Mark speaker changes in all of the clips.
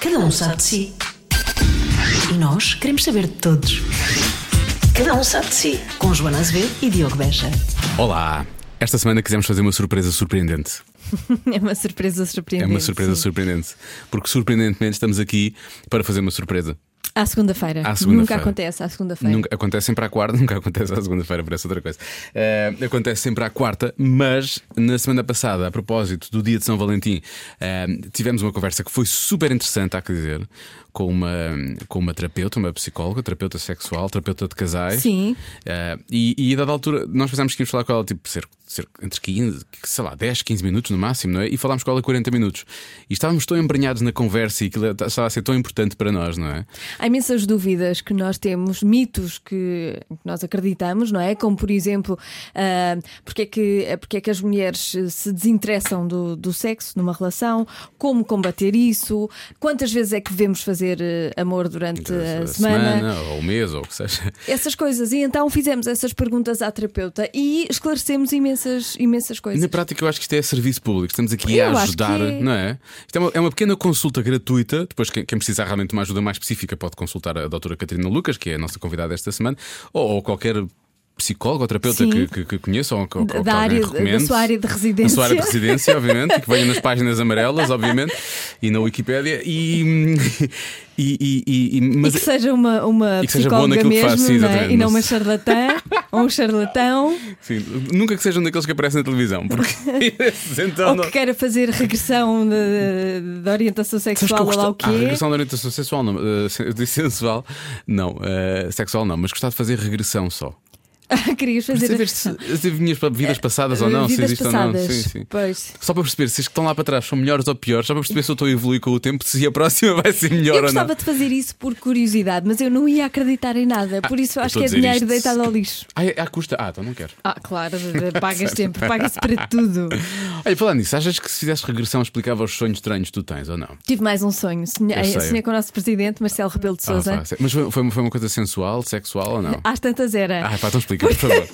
Speaker 1: Cada um sabe de si. E nós queremos saber de todos. Cada um sabe de si. Com Joana Azevedo e Diogo Beja.
Speaker 2: Olá! Esta semana quisemos fazer uma surpresa surpreendente.
Speaker 3: É uma surpresa
Speaker 2: É
Speaker 3: surpreendente.
Speaker 2: uma surpresa
Speaker 3: sim.
Speaker 2: surpreendente. Porque surpreendentemente estamos aqui para fazer uma surpresa.
Speaker 3: À segunda-feira.
Speaker 2: À segunda-feira.
Speaker 3: Nunca acontece à segunda-feira.
Speaker 2: Nunca acontece sempre à quarta, nunca acontece à segunda-feira, parece outra coisa. Eh, acontece sempre à quarta, mas na semana passada, a propósito do dia de São Valentim, eh, tivemos uma conversa que foi super interessante, há que dizer, com uma, com uma terapeuta, uma psicóloga, terapeuta sexual, terapeuta de casais.
Speaker 3: Sim.
Speaker 2: Eh, e, e a dada altura, nós pensámos que íamos falar com ela tipo cerca, cerca- entre 15, sei lá, 10, 15 minutos no máximo, não é? E falámos com ela 40 minutos. E estávamos tão embrenhados na conversa e aquilo estava a ser tão importante para nós, não é?
Speaker 3: Há imensas dúvidas que nós temos, mitos que que nós acreditamos, não é? Como, por exemplo, ah, porque, é que, porque é que as mulheres eh, se desinteressam do, do sexo numa relação, como combater isso, quantas vezes é que devemos fazer eh, amor durante a semana.
Speaker 2: ou o mês, ou o que seja.
Speaker 3: Essas coisas. E então fizemos essas perguntas à terapeuta e esclarecemos imensas, imensas
Speaker 2: E
Speaker 3: coisas.
Speaker 2: Na prática, eu acho que isto é serviço público. Estamos aqui
Speaker 3: Eu
Speaker 2: a
Speaker 3: acho que
Speaker 2: ajudar,
Speaker 3: é.
Speaker 2: não é? Isto é uma, é uma pequena consulta gratuita. Depois, quem, quem precisar realmente de uma ajuda mais específica pode consultar a doutora Catarina Lucas, que é a nossa convidada esta semana, ou, ou qualquer psicólogo ou terapeuta
Speaker 3: Sim.
Speaker 2: que, que, que conheça ou, que- ou que alguém
Speaker 3: da área- da
Speaker 2: recomende.
Speaker 3: sua área de
Speaker 2: Na sua área de
Speaker 3: residência.
Speaker 2: residência, obviamente, e que venha nas páginas amarelas, obviamente, e na Wikipédia. E. e, e- e- e-
Speaker 3: E
Speaker 2: mas
Speaker 3: que seja uma, uma
Speaker 2: E que seja boa
Speaker 3: psicóloga
Speaker 2: naquilo que
Speaker 3: mesmo,
Speaker 2: faz, sim,
Speaker 3: não é?
Speaker 2: exatamente.
Speaker 3: e não
Speaker 2: Não
Speaker 3: uma
Speaker 2: sei.
Speaker 3: charlatã ou um charlatão
Speaker 2: sim, nunca que sejam daqueles que aparecem na televisão, porque esses, então
Speaker 3: ou que queira fazer regressão de, de orientação
Speaker 2: Sabes que
Speaker 3: sexual ou
Speaker 2: gosto-
Speaker 3: lá o quê.
Speaker 2: Ah, regressão da orientação sexual, não, eh, se- eu disse sensual, não, eh, sexual não, mas gostava de fazer regressão só.
Speaker 3: Ah, Querias fazer
Speaker 2: Saber se, é se vinhas para vidas passadas ou não,
Speaker 3: Eh, vidas
Speaker 2: se existe
Speaker 3: passadas.
Speaker 2: ou não. Sim, sim.
Speaker 3: Pois.
Speaker 2: Só para perceber se os que estão lá para trás são melhores ou piores, só para perceber se eu estou a evoluir com o tempo, se a próxima vai ser melhor
Speaker 3: Eu
Speaker 2: ou não.
Speaker 3: gostava de fazer isso por curiosidade, mas eu não ia acreditar em nada, por
Speaker 2: Ah,
Speaker 3: isso
Speaker 2: eu
Speaker 3: acho
Speaker 2: estou
Speaker 3: que é
Speaker 2: a dizer
Speaker 3: dinheiro
Speaker 2: isto.
Speaker 3: deitado ao lixo.
Speaker 2: Ah, é, à custa. Ah, então não quero.
Speaker 3: Ah, claro, pagas sempre, paga-se para tudo.
Speaker 2: Olha, falando nisso, achas que se fizesse regressão explicava os sonhos estranhos que tu tens ou não?
Speaker 3: Tive mais um sonho. Sonhei,
Speaker 2: Eu sei.
Speaker 3: sonhei com o nosso presidente, Marcelo Rebelo de
Speaker 2: Ah,
Speaker 3: Souza.
Speaker 2: pá, sei. mas foi, foi, foi uma coisa sensual, sexual ou não?
Speaker 3: Às tantas era.
Speaker 2: Ah, pá, então explica, por favor.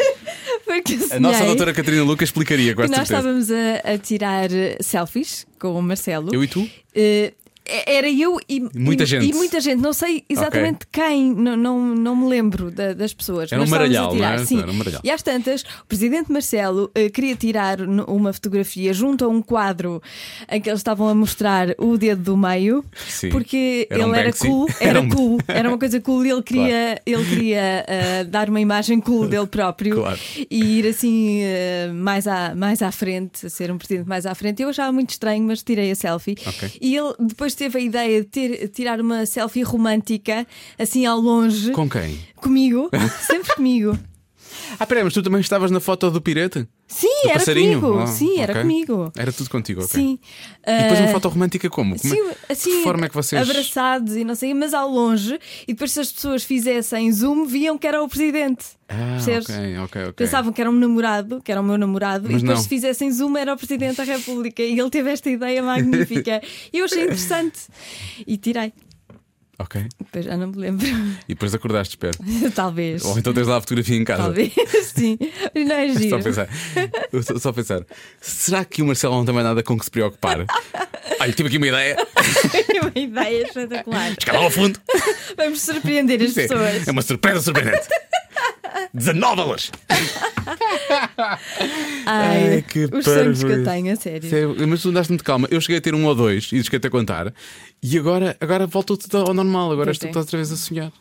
Speaker 3: Porque sonhei...
Speaker 2: A nossa doutora Catarina Lucas explicaria, com
Speaker 3: que é? nós
Speaker 2: certeza.
Speaker 3: estávamos a, a tirar eh, selfies com o Marcelo.
Speaker 2: Eu e tu?
Speaker 3: Eh, era eu e
Speaker 2: Muita
Speaker 3: e-
Speaker 2: gente.
Speaker 3: E muita gente. Não sei exatamente quem, não, não, não me lembro da- das pessoas.
Speaker 2: Era
Speaker 3: mas
Speaker 2: um
Speaker 3: estávamos a
Speaker 2: maralhau,
Speaker 3: tirar,
Speaker 2: não é?
Speaker 3: Sim.
Speaker 2: Era um maralhau.
Speaker 3: E às tantas, o presidente Marcelo eh, queria tirar n- uma fotografia junto a um quadro em que eles estavam a mostrar o dedo do meio,
Speaker 2: Sim.
Speaker 3: porque
Speaker 2: Era um
Speaker 3: ele era
Speaker 2: Banksy.
Speaker 3: cool,
Speaker 2: Era
Speaker 3: era
Speaker 2: um-
Speaker 3: cool, era uma coisa cool e ele queria, ele queria eh, dar uma imagem cool dele próprio
Speaker 2: Claro.
Speaker 3: e ir assim eh, mais, à, mais à frente, ser um presidente mais à frente. Eu achava muito estranho, mas tirei a selfie.
Speaker 2: Ok.
Speaker 3: E ele depois teve a ideia de ter- tirar uma selfie romântica, assim ao longe,
Speaker 2: Com quem?
Speaker 3: comigo, sempre comigo.
Speaker 2: Ah, peraí, mas tu também estavas na foto do pirete?
Speaker 3: Sim,
Speaker 2: Do
Speaker 3: era
Speaker 2: passarinho?
Speaker 3: comigo.
Speaker 2: Ah,
Speaker 3: Sim, era
Speaker 2: ok.
Speaker 3: comigo.
Speaker 2: Era tudo contigo, ok.
Speaker 3: Sim.
Speaker 2: E depois
Speaker 3: Ah,
Speaker 2: uma foto romântica como? Como é-
Speaker 3: Sim, assim,
Speaker 2: que forma é que vocês.
Speaker 3: abraçados e não sei, mas ao longe, e depois se as pessoas fizessem zoom, viam que era o presidente.
Speaker 2: Ah,
Speaker 3: Percebes?
Speaker 2: ok, ok, ok.
Speaker 3: Pensavam que era um namorado, que era o meu namorado,
Speaker 2: Mas
Speaker 3: e depois
Speaker 2: não.
Speaker 3: se fizessem zoom era o presidente da República. E ele teve esta ideia magnífica. E eu achei interessante. E tirei.
Speaker 2: Ok.
Speaker 3: Depois já não me lembro.
Speaker 2: E depois acordaste, espero.
Speaker 3: Talvez.
Speaker 2: Ou então tens lá a fotografia em casa.
Speaker 3: Talvez, sim. Mas Não é
Speaker 2: Só
Speaker 3: giro.
Speaker 2: pensar, Eu só, só pensar, será que o Marcelo não tem mais nada com que se preocupar? Ai, tive aqui uma ideia,
Speaker 3: É uma ideia espetacular.
Speaker 2: escala ao fundo.
Speaker 3: Vamos surpreender as
Speaker 2: Sim,
Speaker 3: pessoas.
Speaker 2: É uma surpresa surpreendente. 19 las
Speaker 3: Ai,
Speaker 2: Ai, É que
Speaker 3: os sonhos que eu
Speaker 2: parvoíce.
Speaker 3: tenho, a sério.
Speaker 2: Sério, Mas tu andaste muito calma. Eu cheguei a ter um ou dois e cheguei-te a contar. E agora, agora voltou tudo ao normal. Agora
Speaker 3: Pois
Speaker 2: estou
Speaker 3: é.
Speaker 2: estás outra vez a sonhar.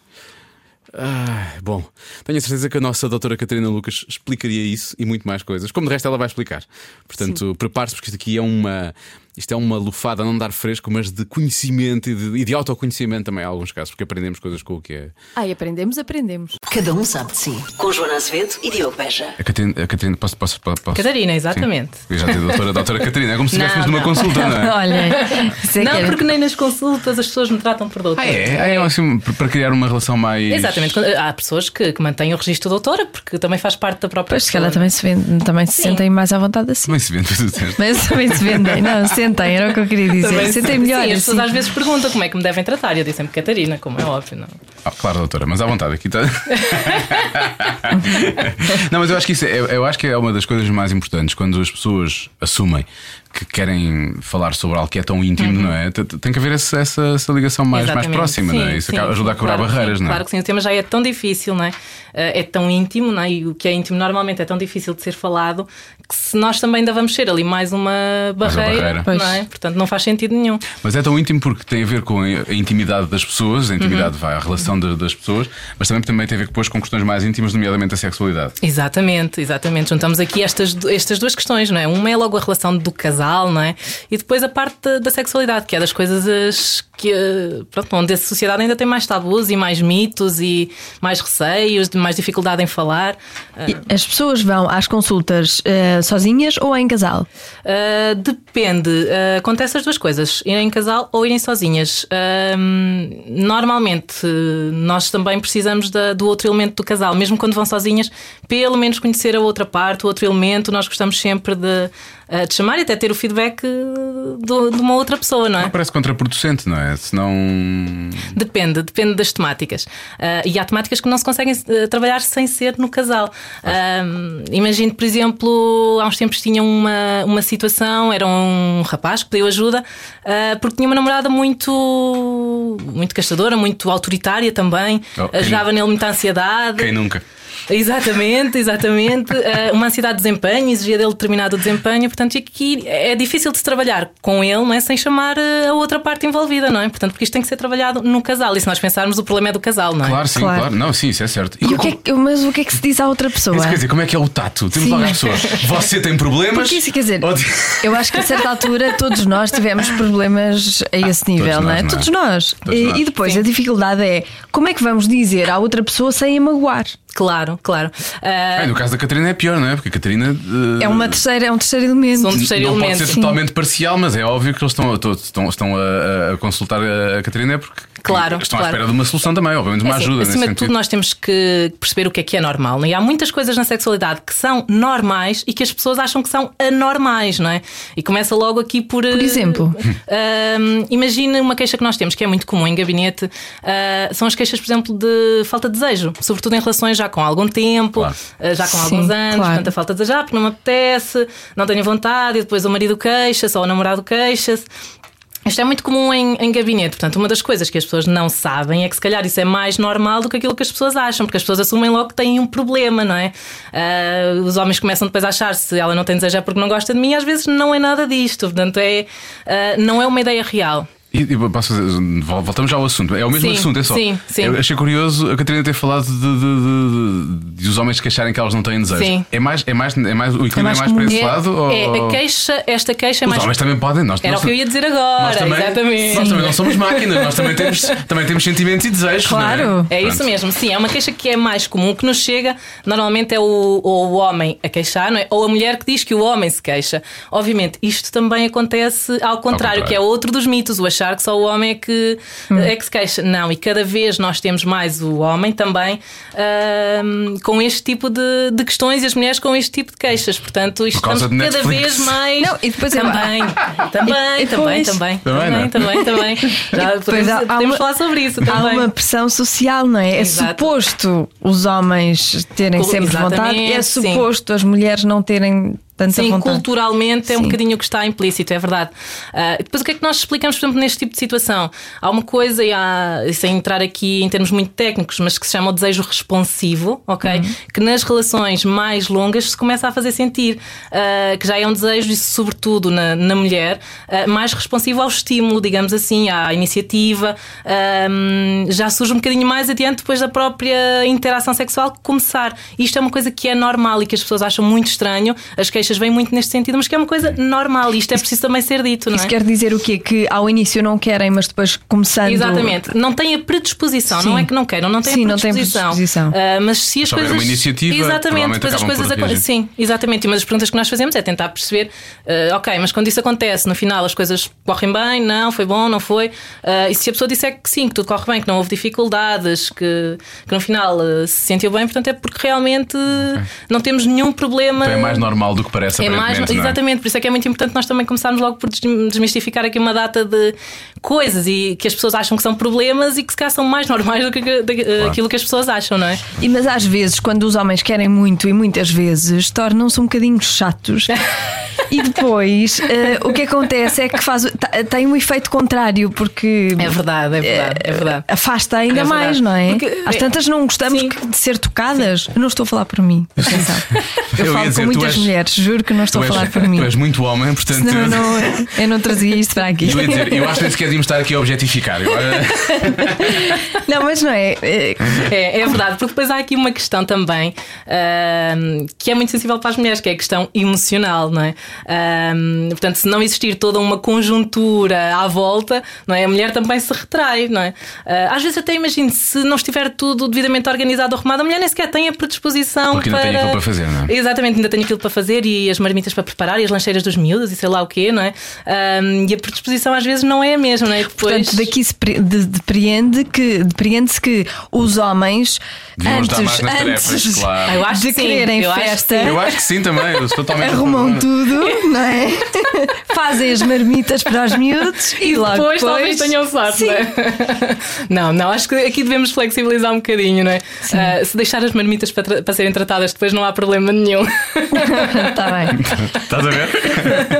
Speaker 2: Ai, bom, tenho a certeza que a nossa doutora Catarina Lucas explicaria isso e muito mais coisas. Como de resto ela vai explicar. Portanto, prepare-se porque isto aqui é uma. Isto é uma lufada a não dar fresco, mas de conhecimento e de, e de autoconhecimento também, em alguns casos, porque aprendemos coisas com o que é.
Speaker 3: Ai, aprendemos, aprendemos.
Speaker 1: Cada um sabe de si. Com Joana Azevedo e Diogo Beja.
Speaker 2: A Catarina, a Catarina posso, posso, posso?
Speaker 4: Catarina, exatamente.
Speaker 2: Sim. Eu já tive a doutora, a doutora Catarina, é como se
Speaker 4: Não,
Speaker 2: estivéssemos numa
Speaker 4: não.
Speaker 2: consulta, não é?
Speaker 4: Olha,
Speaker 5: é que
Speaker 4: não
Speaker 5: era.
Speaker 4: porque nem nas consultas as pessoas me tratam por doutora.
Speaker 2: Ah, é? Ah, é assim, para para criar uma relação mais.
Speaker 4: Exatamente, quando- há pessoas que, que mantêm o registro de doutora porque também faz parte da própria.
Speaker 5: Pois, se calhar
Speaker 4: pessoa.
Speaker 5: também se, vende, também se sentem mais à vontade assim.
Speaker 2: Também se vende, tudo certo.
Speaker 5: Mas também se vendem. Não, sentem, era o que eu queria dizer.
Speaker 4: Também
Speaker 5: sentem
Speaker 4: se-
Speaker 5: melhor.
Speaker 4: Sim, as pessoas
Speaker 5: assim.
Speaker 4: às vezes perguntam como é que me devem tratar. E eu digo sempre Catarina, como é óbvio, não.
Speaker 2: Ah, claro, doutora, mas à vontade aqui está. não, mas eu acho que isso é, eu acho que é uma das coisas mais importantes quando as pessoas assumem que querem falar sobre algo que é tão íntimo, não é? T- t- Tem que haver essa, essa- essa ligação mais, mais
Speaker 4: Uhum. Exatamente.
Speaker 2: próxima,
Speaker 4: Sim,
Speaker 2: não é? Isso
Speaker 4: sim,
Speaker 2: acaba- ajuda a quebrar
Speaker 4: claro que
Speaker 2: barreiras,
Speaker 4: sim,
Speaker 2: não é?
Speaker 4: Claro que sim, o tema já é tão difícil, não é? Eh, É tão íntimo, não é? E o que é íntimo normalmente é tão difícil de ser falado que se nós também ainda vamos ser ali mais uma barreira,
Speaker 2: barreira.
Speaker 3: Pois.
Speaker 4: não é? Portanto, não faz sentido nenhum.
Speaker 2: Mas é tão íntimo porque tem a ver com a intimidade das pessoas, a intimidade
Speaker 4: Uhum.
Speaker 2: vai à relação de- das pessoas, mas também, também tem a ver depois com questões mais íntimas, nomeadamente a sexualidade.
Speaker 4: Exatamente, exatamente. Juntamos aqui estas, du- estas duas questões, não é? Uma é logo a relação do casal, não é? E depois a parte da, da sexualidade, que é das coisas as que, eh, pronto, onde a sociedade ainda tem mais tabus e mais mitos e mais receios, de mais dificuldade em falar. Ah,
Speaker 3: E As pessoas vão às consultas eh, sozinhas ou em casal?
Speaker 4: ah, depende, Ah, acontece as duas coisas, irem em casal ou irem sozinhas. Ahm, normalmente, eh, nós também precisamos da- do outro elemento do casal, mesmo quando vão sozinhas, pelo menos conhecer a outra parte, o outro elemento. Nós gostamos sempre de, ah, de chamar e até ter o feedback eh, do- de uma outra pessoa, não é?
Speaker 2: Ah, Parece contraproducente, não é? Se não.
Speaker 4: Depende, depende das temáticas. Ah, e há temáticas que não se conseguem eh, trabalhar sem ser no casal. Ah, Imagino, imagine, por exemplo, há uns tempos tinha uma, uma situação, era um rapaz que pediu ajuda, ah, porque tinha uma namorada muito, muito gastadora, muito autoritária também,
Speaker 2: Oh, quem-
Speaker 4: ajudava nele muita ansiedade.
Speaker 2: Quem nunca?
Speaker 4: Exatamente, exatamente. Eh, uma ansiedade de desempenho, exigia dele determinado desempenho, portanto, e aqui é difícil de se trabalhar com ele, não é? Sem chamar eh, a outra parte envolvida, não é? Portanto, porque isto tem que ser trabalhado no casal. E se nós pensarmos, o problema é do casal, não é?
Speaker 2: Claro, sim, claro.
Speaker 3: Claro.
Speaker 2: Não, sim, isso é certo.
Speaker 3: E o
Speaker 2: como-
Speaker 3: que é que- mas o que é que se diz à outra pessoa?
Speaker 2: Isso quer dizer, como é que é o tato? Temos
Speaker 3: Sim.
Speaker 2: logo as pessoas. Você tem problemas?
Speaker 3: Porque isso quer dizer,
Speaker 2: Ou-
Speaker 3: eu acho que a certa altura todos nós tivemos problemas a esse nível,
Speaker 2: todos nós,
Speaker 3: não é?
Speaker 2: não é?
Speaker 3: Todos nós.
Speaker 2: Todos
Speaker 3: e,
Speaker 2: nós.
Speaker 3: e depois a dificuldade é como é que vamos dizer à outra pessoa sem a magoar?
Speaker 4: Claro, claro. Eh,
Speaker 2: Ah, no caso da Catarina é pior, não é? Porque a Catarina. eh,
Speaker 3: É uma terceira, é um terceiro elemento.
Speaker 4: São- um terceiro
Speaker 2: não
Speaker 4: elemento,
Speaker 2: pode ser
Speaker 4: sim.
Speaker 2: totalmente parcial, mas é óbvio que eles estão, to- estão, estão a, a consultar a, a Catarina é porque
Speaker 4: Claro,
Speaker 2: estão à
Speaker 4: claro.
Speaker 2: espera de uma solução também, ou pelo menos
Speaker 4: É
Speaker 2: uma
Speaker 4: assim,
Speaker 2: ajuda.
Speaker 4: Acima
Speaker 2: nesse
Speaker 4: de tudo,
Speaker 2: sentido.
Speaker 4: nós temos que perceber o que é que é normal. Não é? E há muitas coisas na sexualidade que são normais e que as pessoas acham que são anormais, não é? E começa logo aqui por. Por
Speaker 3: exemplo?
Speaker 4: Imagina uma queixa que nós temos, que é muito comum em gabinete, ah, são as queixas, por exemplo, de falta de desejo, sobretudo em relações já com algum tempo,
Speaker 2: Claro.
Speaker 4: ah, já com
Speaker 3: Sim,
Speaker 4: alguns anos,
Speaker 3: claro.
Speaker 4: portanto, a falta de desejar, porque não me apetece, não tenho vontade, e depois o marido queixa-se ou o namorado queixa-se. Isto é muito comum em, em gabinete, portanto, uma das coisas que as pessoas não sabem é que se calhar isso é mais normal do que aquilo que as pessoas acham, porque as pessoas assumem logo que têm um problema, não é? Ah, os homens começam depois a achar se ela não tem desejo é porque não gosta de mim, e às vezes não é nada disto, portanto, é, ah, não é uma ideia real.
Speaker 2: E, e posso fazer- vol- voltamos já ao assunto. É o mesmo
Speaker 4: Sim,
Speaker 2: assunto, é só.
Speaker 4: sim, sim.
Speaker 2: Eu achei curioso a Catarina ter falado de, de, de- de os homens que acharem que elas não têm desejo.
Speaker 4: Sim.
Speaker 2: É mais, é mais, é mais, o equilíbrio é mais,
Speaker 3: mais
Speaker 2: para
Speaker 3: comum.
Speaker 2: esse
Speaker 4: É-
Speaker 2: lado? ou-
Speaker 4: é, a queixa, esta queixa
Speaker 2: Oh.
Speaker 4: é
Speaker 2: Os
Speaker 4: mais.
Speaker 2: homens também podem, nós
Speaker 4: Era
Speaker 2: nós-
Speaker 4: o que eu ia dizer agora,
Speaker 2: nós também,
Speaker 4: exatamente.
Speaker 2: Nós também não somos máquinas, nós também temos, também temos sentimentos e desejos.
Speaker 3: Claro.
Speaker 2: não
Speaker 4: É isso
Speaker 2: Pronto.
Speaker 4: mesmo, sim, é uma queixa que é mais comum, que nos chega normalmente é o, ou o homem a queixar, não é? ou a mulher que diz que o homem se queixa. Obviamente, isto também acontece ao contrário,
Speaker 2: contrário. Hum.
Speaker 4: que é outro dos mitos, o achar que só o homem é que, é que se queixa. Não, e cada vez nós temos mais o homem também ahm, com este tipo de, de questões e as mulheres com este tipo de queixas. Portanto, isto
Speaker 2: Por causa
Speaker 4: estamos
Speaker 2: de
Speaker 4: cada
Speaker 2: Netflix.
Speaker 4: vez mais.
Speaker 3: Não, e depois eu-
Speaker 4: também,
Speaker 3: E
Speaker 4: também, também,
Speaker 3: depois-
Speaker 4: também,
Speaker 2: Também, não é?
Speaker 4: também, também, também. Já
Speaker 3: depois
Speaker 4: podemos,
Speaker 3: há- há
Speaker 4: podemos
Speaker 3: uma-
Speaker 4: falar sobre isso
Speaker 3: Há
Speaker 4: também.
Speaker 3: uma pressão social, não é? É
Speaker 4: Exato.
Speaker 3: suposto os homens terem
Speaker 4: Com-
Speaker 3: sempre vontade,
Speaker 4: exatamente,
Speaker 3: é
Speaker 4: sim.
Speaker 3: suposto as mulheres não terem tanta
Speaker 4: Sim,
Speaker 3: vontade.
Speaker 4: culturalmente é um
Speaker 3: Sim.
Speaker 4: bocadinho o que está implícito, é verdade. Ah, depois, o que é que nós explicamos, por exemplo, neste tipo de situação? Há uma coisa, e há, e sem entrar aqui em termos muito técnicos, mas que se chama o desejo responsivo, ok?
Speaker 3: Uhum.
Speaker 4: Que nas relações mais longas se começa a fazer sentir, ah, que já é um desejo, e sobretudo na, na mulher, ah, mais responsivo ao estímulo, digamos assim, à iniciativa. ahm, já surge um bocadinho mais adiante depois da própria interação sexual começar. Isto é uma coisa que é normal e que as pessoas acham muito estranho. As queixas vêm muito neste sentido, mas que é uma coisa normal. e Isto é preciso também ser dito, não
Speaker 3: Isso
Speaker 4: é?
Speaker 3: quer dizer o quê? Que ao início não querem, mas depois começando.
Speaker 4: Exatamente, não tem a predisposição, não
Speaker 3: Sim.
Speaker 4: é que não queiram, não tem
Speaker 3: Sim,
Speaker 4: a
Speaker 3: não tem
Speaker 4: predisposição.
Speaker 3: predisposição.
Speaker 4: Ah, mas se as
Speaker 2: Se houver
Speaker 4: coisas.
Speaker 2: uma iniciativa,
Speaker 4: exatamente,
Speaker 2: provavelmente
Speaker 4: depois as
Speaker 2: acabam
Speaker 4: coisas
Speaker 2: por
Speaker 4: acon-
Speaker 2: reagir.
Speaker 4: Sim, exatamente. E uma das perguntas que nós fazemos é tentar perceber, ah, ok, mas quando isso acontece, no final as coisas correm bem, não, foi bom, não foi. Ah, e se a pessoa disser que sim, que tudo corre bem, que não houve dificuldades, que, que no final ah, se sentiu bem, portanto é porque realmente não temos nenhum problema.
Speaker 2: Então é mais normal do que parece
Speaker 4: é mais,
Speaker 2: aparentemente, não é?
Speaker 4: exatamente, por isso é que é muito importante nós também começarmos logo por desmi- desmistificar aqui uma data de coisas e que as pessoas acham que são problemas e que se calhar são mais normais do que que- da- aquilo que as pessoas acham, não é?
Speaker 3: E, mas às vezes, quando os homens querem muito e muitas vezes, tornam-se um bocadinho chatos. e depois, eh, o que acontece é que faz, o- ta- tem um efeito contrário, porque.
Speaker 4: É verdade, é verdade, é verdade.
Speaker 3: Afasta ainda
Speaker 4: É
Speaker 3: mais,
Speaker 4: verdade.
Speaker 3: não é?
Speaker 4: Porque-
Speaker 3: Às tantas não gostamos
Speaker 4: Sim.
Speaker 3: que- de ser tocadas. Eu não estou a falar por mim. atenção.
Speaker 2: Eu
Speaker 3: Eu,
Speaker 2: ia
Speaker 3: falo
Speaker 2: dizer,
Speaker 3: com
Speaker 2: tu
Speaker 3: muitas
Speaker 2: és-
Speaker 3: mulheres, juro que não estou
Speaker 2: Tu
Speaker 3: a
Speaker 2: és,
Speaker 3: falar por mim.
Speaker 2: tu és muito homem, portanto.
Speaker 3: Senão eu não, eu não trazia isto para aqui.
Speaker 2: eu ia dizer, eu acho que nem sequer devíamos estar aqui a objetificar. Eu-
Speaker 3: Não, mas não é. é-
Speaker 4: É, é verdade, porque depois há aqui uma questão também ahm, que é muito sensível para as mulheres, que é a questão emocional, não é? Ahm, portanto, se não existir toda uma conjuntura à volta, não é? A mulher também se retrai, não é? Ah, às vezes até imagino, se não estiver tudo devidamente organizado ou arrumado, a mulher nem sequer tem a predisposição
Speaker 2: Porque ainda
Speaker 4: para...
Speaker 2: tem aquilo para fazer, não é?
Speaker 4: Exatamente, ainda tenho aquilo para fazer e as marmitas para preparar e as lancheiras dos miúdos e sei lá o quê, não é? Ahm, e a predisposição às vezes não é a mesma, não é? E Depois...
Speaker 3: Portanto, daqui se pre- de- depreende que, depreende-se que os homens
Speaker 2: Deviam
Speaker 3: antes,
Speaker 2: ajudar mais nas
Speaker 3: antes
Speaker 2: tarefas, claro.
Speaker 4: Ah, eu acho
Speaker 3: de
Speaker 4: que sim,
Speaker 3: quererem
Speaker 4: eu acho que
Speaker 3: festa,
Speaker 4: sim.
Speaker 2: Eu acho que é sim também, eu estou totalmente. a
Speaker 3: arrumam
Speaker 2: favor.
Speaker 3: tudo, não é? Fazem as marmitas para os miúdos e, logo depois
Speaker 4: depois, talvez tenham sorte, não é? Não, não, acho que aqui devemos flexibilizar um bocadinho, não é? Ah, se deixar as marmitas para, tra- para serem tratadas depois não há problema nenhum.
Speaker 3: Está tá bem,
Speaker 2: Estás a ver?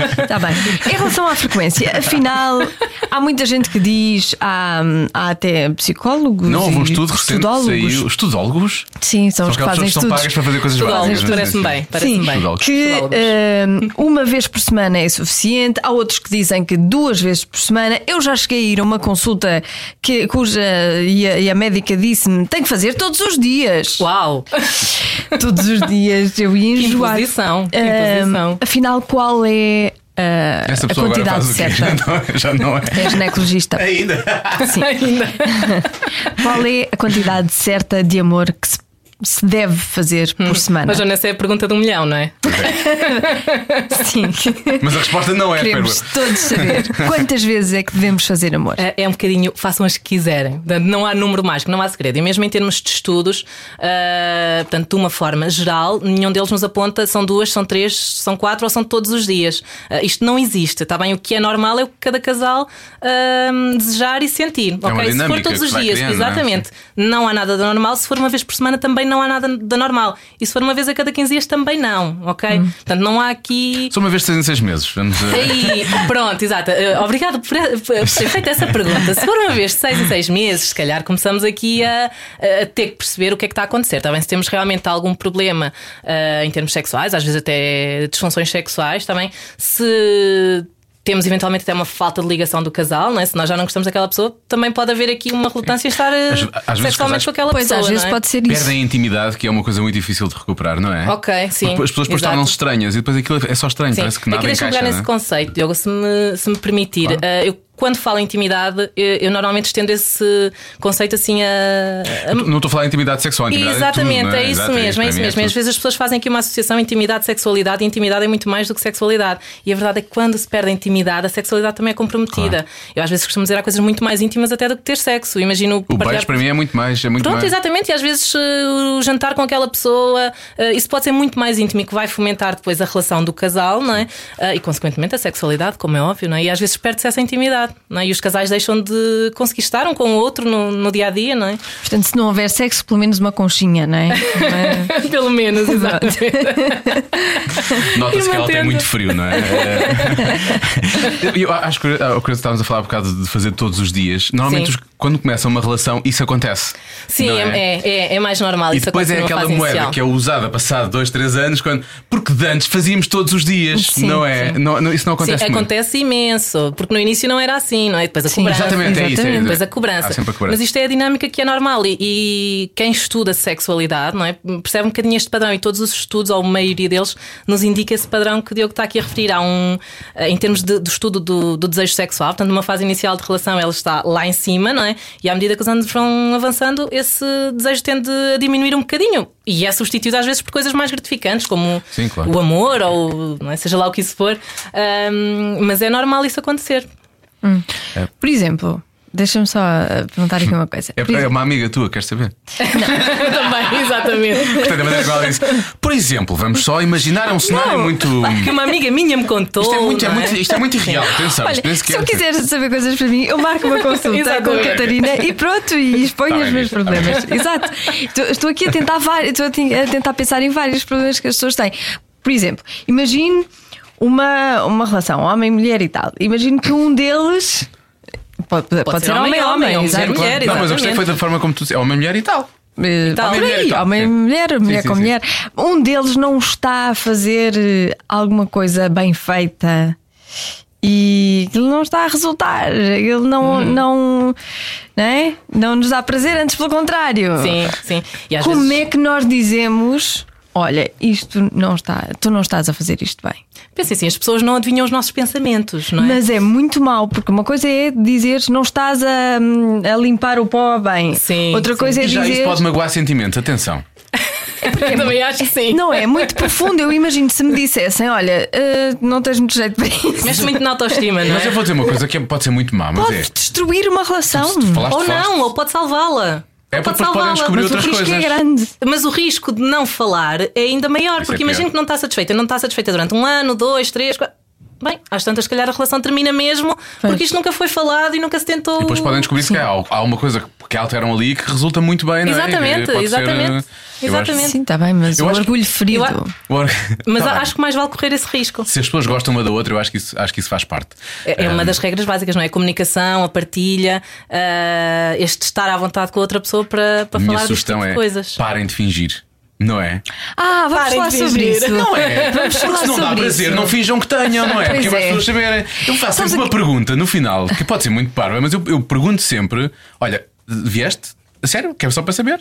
Speaker 3: está Tá bem. Em relação à frequência, afinal, há muita gente que diz, há, há até psicólogos.
Speaker 2: Não, houve um
Speaker 3: e
Speaker 2: estudo recente que
Speaker 3: estudólogos.
Speaker 2: saiu. Estudólogos?
Speaker 3: Sim, são, os que
Speaker 2: aquelas
Speaker 3: fazem
Speaker 2: pessoas que são
Speaker 3: estudos.
Speaker 2: pagas para fazer coisas
Speaker 4: Estudólogos,
Speaker 2: básicas. não é?
Speaker 4: parece-me
Speaker 3: Sim,
Speaker 4: bem, parece-me bem.
Speaker 2: Estudólogos.
Speaker 3: que
Speaker 4: Estudólogos.
Speaker 3: hum, uma vez por semana é suficiente, há outros que dizem que duas vezes por semana. Eu já cheguei a ir a uma consulta que, cuja e a, e a médica disse-me tem que fazer todos os dias.
Speaker 4: Uau!
Speaker 3: Todos os dias eu ia
Speaker 4: Que
Speaker 3: enjoar.
Speaker 4: imposição, que
Speaker 3: Hum,
Speaker 4: imposição.
Speaker 3: afinal, qual é ah,
Speaker 2: Essa
Speaker 3: a
Speaker 2: pessoa agora
Speaker 3: quantidade
Speaker 2: faz o quê?
Speaker 3: certa?
Speaker 2: Já não é.
Speaker 3: É ginecologista.
Speaker 2: Ainda.
Speaker 4: Ainda.
Speaker 3: Qual é a quantidade certa de amor que se, se deve fazer por semana?
Speaker 4: Mas, Joana, essa é a pergunta de um milhão, não é?
Speaker 3: Sim.
Speaker 2: Mas a resposta não é,
Speaker 3: Queremos
Speaker 2: espero.
Speaker 3: todos saber quantas vezes é que devemos fazer amor.
Speaker 4: É é um bocadinho, façam as que quiserem. Portanto, não há número mágico, não há segredo. E mesmo em termos de estudos, ah, portanto, de uma forma geral, nenhum deles nos aponta são duas, são três, são quatro ou são todos os dias. Ah, isto não existe, está bem? O que é normal é o que cada casal ah, desejar e sentir.
Speaker 2: É uma
Speaker 4: ok? Se for
Speaker 2: dinâmica
Speaker 4: todos
Speaker 2: que
Speaker 4: os
Speaker 2: vai
Speaker 4: dias,
Speaker 2: criando, não é?
Speaker 4: exatamente. Não há nada de normal. Se for uma vez por semana, também não há nada de normal. E se for uma vez a cada 15 dias, também não, ok?
Speaker 2: Hum.
Speaker 4: Portanto, não há aqui.
Speaker 2: Só uma vez de seis em seis meses. Vamos. eh,
Speaker 4: Aí, pronto, exato. Eh, Obrigado por, por ter feito essa pergunta. Se for uma vez de seis em seis meses, se calhar começamos aqui a, a ter que perceber o que é que está a acontecer. Está bem? Se temos realmente algum problema eh, em termos sexuais, às vezes até disfunções sexuais, está bem? Se. Temos eventualmente até uma falta de ligação do casal, não é? se nós já não gostamos daquela pessoa, também pode haver aqui uma relutância em estar
Speaker 2: Às-
Speaker 4: eh,
Speaker 2: às vezes casais-
Speaker 4: sexualmente com aquela
Speaker 3: Pois
Speaker 4: pessoa.
Speaker 3: às vezes
Speaker 4: não é?
Speaker 3: pode ser isso.
Speaker 2: Perdem a intimidade, que é uma coisa muito difícil de recuperar, não é?
Speaker 4: Ok, sim,
Speaker 2: Porque As pessoas depois
Speaker 4: exato.
Speaker 2: tornam-se estranhas e depois aquilo é só estranho, parece que nada
Speaker 4: Aqui deixa-me
Speaker 2: encaixa.
Speaker 4: pegar
Speaker 2: não é?
Speaker 4: nesse conceito, Diogo, se me, se me permitir. Eh, eu, quando falo em intimidade, eu, eu normalmente estendo esse conceito assim a. a-
Speaker 2: Não estou a falar de intimidade sexual, intimidade
Speaker 4: Exatamente,
Speaker 2: é, tudo, não
Speaker 4: é, isso
Speaker 2: Exato,
Speaker 4: mesmo, é isso
Speaker 2: para mim
Speaker 4: mesmo. E Às
Speaker 2: tudo.
Speaker 4: vezes as pessoas fazem aqui uma associação intimidade-sexualidade e intimidade é muito mais do que sexualidade. E a verdade é que quando se perde a intimidade, a sexualidade também é comprometida.
Speaker 2: Claro.
Speaker 4: Eu às vezes costumo dizer há coisas muito mais íntimas até do que ter sexo. Imagino
Speaker 2: O beijo para mim é muito mais. É muito
Speaker 4: Pronto,
Speaker 2: mais.
Speaker 4: exatamente, e às vezes eh, o jantar com aquela pessoa, eh, isso pode ser muito mais íntimo e que vai fomentar depois a relação do casal, não é? Eh, E consequentemente a sexualidade, como é óbvio, não é? E às vezes perde-se essa intimidade, não é? E os casais deixam de conseguir estar um com o outro no, no dia a dia, não é?
Speaker 3: Portanto, se não houver sexo, pelo menos uma conchinha, não é?
Speaker 4: Pelo menos, exatamente.
Speaker 2: Nota-se
Speaker 4: E
Speaker 2: que ela tem
Speaker 4: mantendo.
Speaker 2: muito frio, não é? É. Eu acho que ah, o que estávamos a falar há bocado de fazer todos os dias. Normalmente,
Speaker 4: Sim.
Speaker 2: os- quando começa uma relação, isso acontece.
Speaker 4: Sim,
Speaker 2: não
Speaker 4: é? É, é mais normal.
Speaker 2: E
Speaker 4: isso
Speaker 2: depois é
Speaker 4: acontece
Speaker 2: aquela
Speaker 4: numa fase
Speaker 2: moeda
Speaker 4: inicial.
Speaker 2: que é usada passado dois, três anos, quando. Porque de antes fazíamos todos os dias,
Speaker 3: Sim,
Speaker 2: não é?
Speaker 3: sim.
Speaker 2: Não- não- isso não acontece
Speaker 4: Sim,
Speaker 2: muito.
Speaker 4: acontece imenso, porque no início não era assim, não é? Depois a
Speaker 3: Sim,
Speaker 4: cobrança.
Speaker 2: Exatamente, é isso. é-
Speaker 3: Exatamente,
Speaker 4: Depois a cobrança.
Speaker 2: Há sempre a cobrança.
Speaker 4: Mas isto é a dinâmica que é normal e, e quem estuda sexualidade não é? percebe um bocadinho este padrão e todos os estudos, ou a maioria deles, nos indica esse padrão que o Diogo está aqui a referir. Há um, eh, em termos de, do estudo do, do desejo sexual, portanto, numa fase inicial de relação ela está lá em cima, não é? E à medida que os anos vão avançando, esse desejo tende a diminuir um bocadinho e é substituído às vezes por coisas mais gratificantes, como
Speaker 2: Sim, claro.
Speaker 4: o amor ou não é? seja lá o que isso for. Ahm, mas é normal isso acontecer.
Speaker 3: Por exemplo, Deixa-me só eh, perguntar aqui uma coisa.
Speaker 2: É,
Speaker 3: Por
Speaker 2: é
Speaker 3: exemplo-
Speaker 2: uma amiga tua, queres saber?
Speaker 4: Também, exatamente.
Speaker 2: Portanto, a maneira como ela disse. Por exemplo, vamos só imaginar um cenário muito.
Speaker 4: Que né? uma amiga minha me contou.
Speaker 2: Isto é muito, é
Speaker 4: não
Speaker 2: muito, isto é muito irreal, atenção.
Speaker 3: Olha,
Speaker 2: isto nem
Speaker 3: se
Speaker 2: sequer- é
Speaker 3: eu quiser saber coisas para mim, eu marco uma consulta com a
Speaker 4: Exatamente.
Speaker 3: Catarina e pronto, e exponho
Speaker 2: Tá bem
Speaker 3: os meus
Speaker 2: visto, tá bem
Speaker 3: problemas. Exato. Estou, estou aqui a tentar, vari- estou a ti- a tentar pensar em vários problemas que as pessoas têm. Por exemplo, imagine uma, uma relação, homem, mulher e tal. Imagine que um deles. Pode, pode
Speaker 4: Pode
Speaker 3: ser homem, homem,
Speaker 4: ou
Speaker 3: exato.
Speaker 4: mulher, mulher,
Speaker 2: Não, mas eu gostei foi da forma como tu disseste. É uma mulher e tal.
Speaker 3: Eh,
Speaker 4: tal.
Speaker 3: por
Speaker 4: Homem,
Speaker 2: mulher e
Speaker 3: aí,
Speaker 2: tal,
Speaker 3: homem,
Speaker 2: sim.
Speaker 3: mulher,
Speaker 2: Sim,
Speaker 3: mulher
Speaker 2: sim,
Speaker 3: com
Speaker 2: sim.
Speaker 3: mulher. Um deles não está a fazer eh, alguma coisa bem feita e ele não está a resultar. Ele não,
Speaker 2: Hum.
Speaker 3: não, né? não nos dá prazer, antes pelo contrário.
Speaker 4: Sim,
Speaker 2: Ah.
Speaker 4: sim. E às
Speaker 3: Como
Speaker 4: vezes-
Speaker 3: é que nós dizemos: olha, isto não está, tu não estás a fazer isto bem?
Speaker 4: Pensa assim, as pessoas não adivinham os nossos pensamentos, não é?
Speaker 3: Mas é muito mau, porque uma coisa é dizer não estás a, hum, a limpar o pó bem.
Speaker 4: Sim,
Speaker 3: Outra
Speaker 4: sim.
Speaker 3: coisa é
Speaker 2: E já
Speaker 3: dizer.
Speaker 2: isso pode magoar sentimentos, atenção. é.
Speaker 4: Eu também acho que sim.
Speaker 3: Não é muito profundo. Eu imagino se me dissessem: olha, eh, não tens muito jeito para isso.
Speaker 4: Mexe muito na autoestima, não
Speaker 2: Mas eu
Speaker 4: é?
Speaker 2: vou dizer uma coisa que pode ser muito má, mas
Speaker 3: Pode
Speaker 2: é.
Speaker 3: destruir uma relação.
Speaker 2: Falaste,
Speaker 4: Ou
Speaker 2: falaste.
Speaker 4: não, ou pode salvá-la.
Speaker 2: É
Speaker 4: Ou
Speaker 2: porque depois podem descobrir
Speaker 3: Mas o
Speaker 2: outras
Speaker 3: risco é
Speaker 2: coisas.
Speaker 3: grande.
Speaker 4: Mas o risco de não falar é ainda maior,
Speaker 2: Isso é
Speaker 4: porque
Speaker 2: pior.
Speaker 4: imagina que não está satisfeita. Não está satisfeita durante um ano, dois, três, quatro. Bem, às tantas, se calhar a relação termina mesmo, porque isto nunca foi falado e nunca se tentou.
Speaker 2: E depois podem descobrir que há, algo- há uma coisa que alteram ali que resulta muito bem, não é?
Speaker 4: Exatamente,
Speaker 2: E pode ser,
Speaker 4: exatamente,
Speaker 2: eu acho-
Speaker 4: exatamente.
Speaker 3: Sim, está bem, mas
Speaker 2: Eu
Speaker 3: o
Speaker 2: acho que-
Speaker 3: orgulho ferido.
Speaker 4: Eu a-
Speaker 2: Agora-
Speaker 4: Mas
Speaker 2: Tá bem.
Speaker 4: acho que mais vale correr esse risco.
Speaker 2: Se as pessoas gostam uma da outra, eu acho que isso, acho que isso faz parte.
Speaker 4: É é uma das regras básicas, não é? A comunicação, a partilha, ah, este estar à vontade com a outra pessoa para,
Speaker 2: A
Speaker 4: para
Speaker 2: minha
Speaker 4: falar deste
Speaker 2: sugestão
Speaker 4: tipo de
Speaker 2: é
Speaker 4: coisas.
Speaker 2: parem de fingir, não é?
Speaker 3: Ah, vamos
Speaker 4: Parem
Speaker 3: falar
Speaker 4: de
Speaker 3: sobre
Speaker 4: fingir.
Speaker 3: isso.
Speaker 2: Não é?
Speaker 3: Vamos falar
Speaker 2: Porque se não dá
Speaker 3: sobre
Speaker 2: prazer,
Speaker 3: isso.
Speaker 2: não finjam que tenham, não é?
Speaker 3: Pois
Speaker 2: Porque para as
Speaker 3: é.
Speaker 2: pessoas saberem. Eu faço
Speaker 3: Sabes
Speaker 2: sempre uma
Speaker 3: aqui-
Speaker 2: pergunta no final, que pode ser muito parva, mas eu, eu pergunto sempre: olha, vieste? A Sério? Quero só para saber.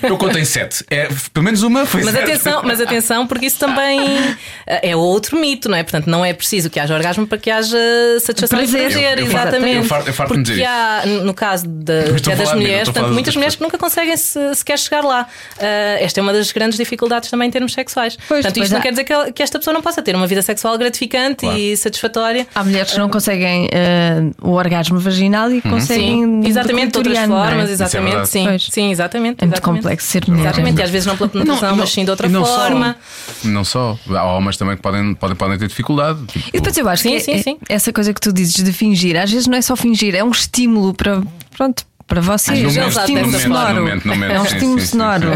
Speaker 2: Eu contei sete. É, pelo menos uma foi
Speaker 4: Mas
Speaker 2: zero.
Speaker 4: atenção, mas atenção, porque isso também ah, é outro mito, não é? Portanto, não é preciso que haja orgasmo para que haja satisfação
Speaker 3: Prazer.
Speaker 4: e prazer,
Speaker 2: Eu- eu farto-
Speaker 4: exatamente.
Speaker 2: eu farto- eu farto-me
Speaker 4: porque
Speaker 2: dizer isso.
Speaker 4: há, no caso da-
Speaker 2: Mas estou
Speaker 4: até
Speaker 2: a falar
Speaker 4: das
Speaker 2: de mim, não estou a
Speaker 4: mulheres,
Speaker 2: falar
Speaker 4: portanto,
Speaker 2: das
Speaker 4: muitas
Speaker 2: outras
Speaker 4: mulheres que nunca conseguem se- sequer chegar lá. Ah, esta é uma das grandes dificuldades também em termos sexuais.
Speaker 3: Pois, é.
Speaker 4: portanto,
Speaker 3: depois
Speaker 4: isto não
Speaker 3: há-
Speaker 4: quer dizer que, ela- que esta pessoa não possa ter uma vida sexual gratificante
Speaker 2: Claro.
Speaker 4: e satisfatória.
Speaker 3: Há mulheres que não conseguem eh, o orgasmo vaginal e conseguem.
Speaker 4: Uhum. Sim,
Speaker 3: do
Speaker 4: exatamente, de outras
Speaker 3: clitoriano, não é?
Speaker 4: formas,
Speaker 2: Isso é
Speaker 4: exatamente,
Speaker 2: verdade.
Speaker 4: sim,
Speaker 3: Pois.
Speaker 4: sim, exatamente.
Speaker 3: É muito
Speaker 4: exatamente.
Speaker 3: complexo ser mulher.
Speaker 4: Exatamente, e às vezes não pela penetração, mas sim de outra
Speaker 2: e não só-
Speaker 4: forma.
Speaker 2: não só. Há homens também que podem, podem, podem ter dificuldade. tipo,
Speaker 3: E depois eu acho
Speaker 4: Sim,
Speaker 3: que
Speaker 4: sim,
Speaker 3: é-
Speaker 4: sim.
Speaker 3: essa coisa que tu dizes de fingir, às vezes não é só fingir, é um estímulo para. Pronto. Para vocês,
Speaker 4: Às vezes
Speaker 3: é um
Speaker 4: eles até
Speaker 3: estímulo
Speaker 4: se
Speaker 3: sonoro.
Speaker 2: mentem, não mentem,
Speaker 3: É um
Speaker 2: sim,
Speaker 3: estímulo
Speaker 2: sim, sim,
Speaker 3: sonoro.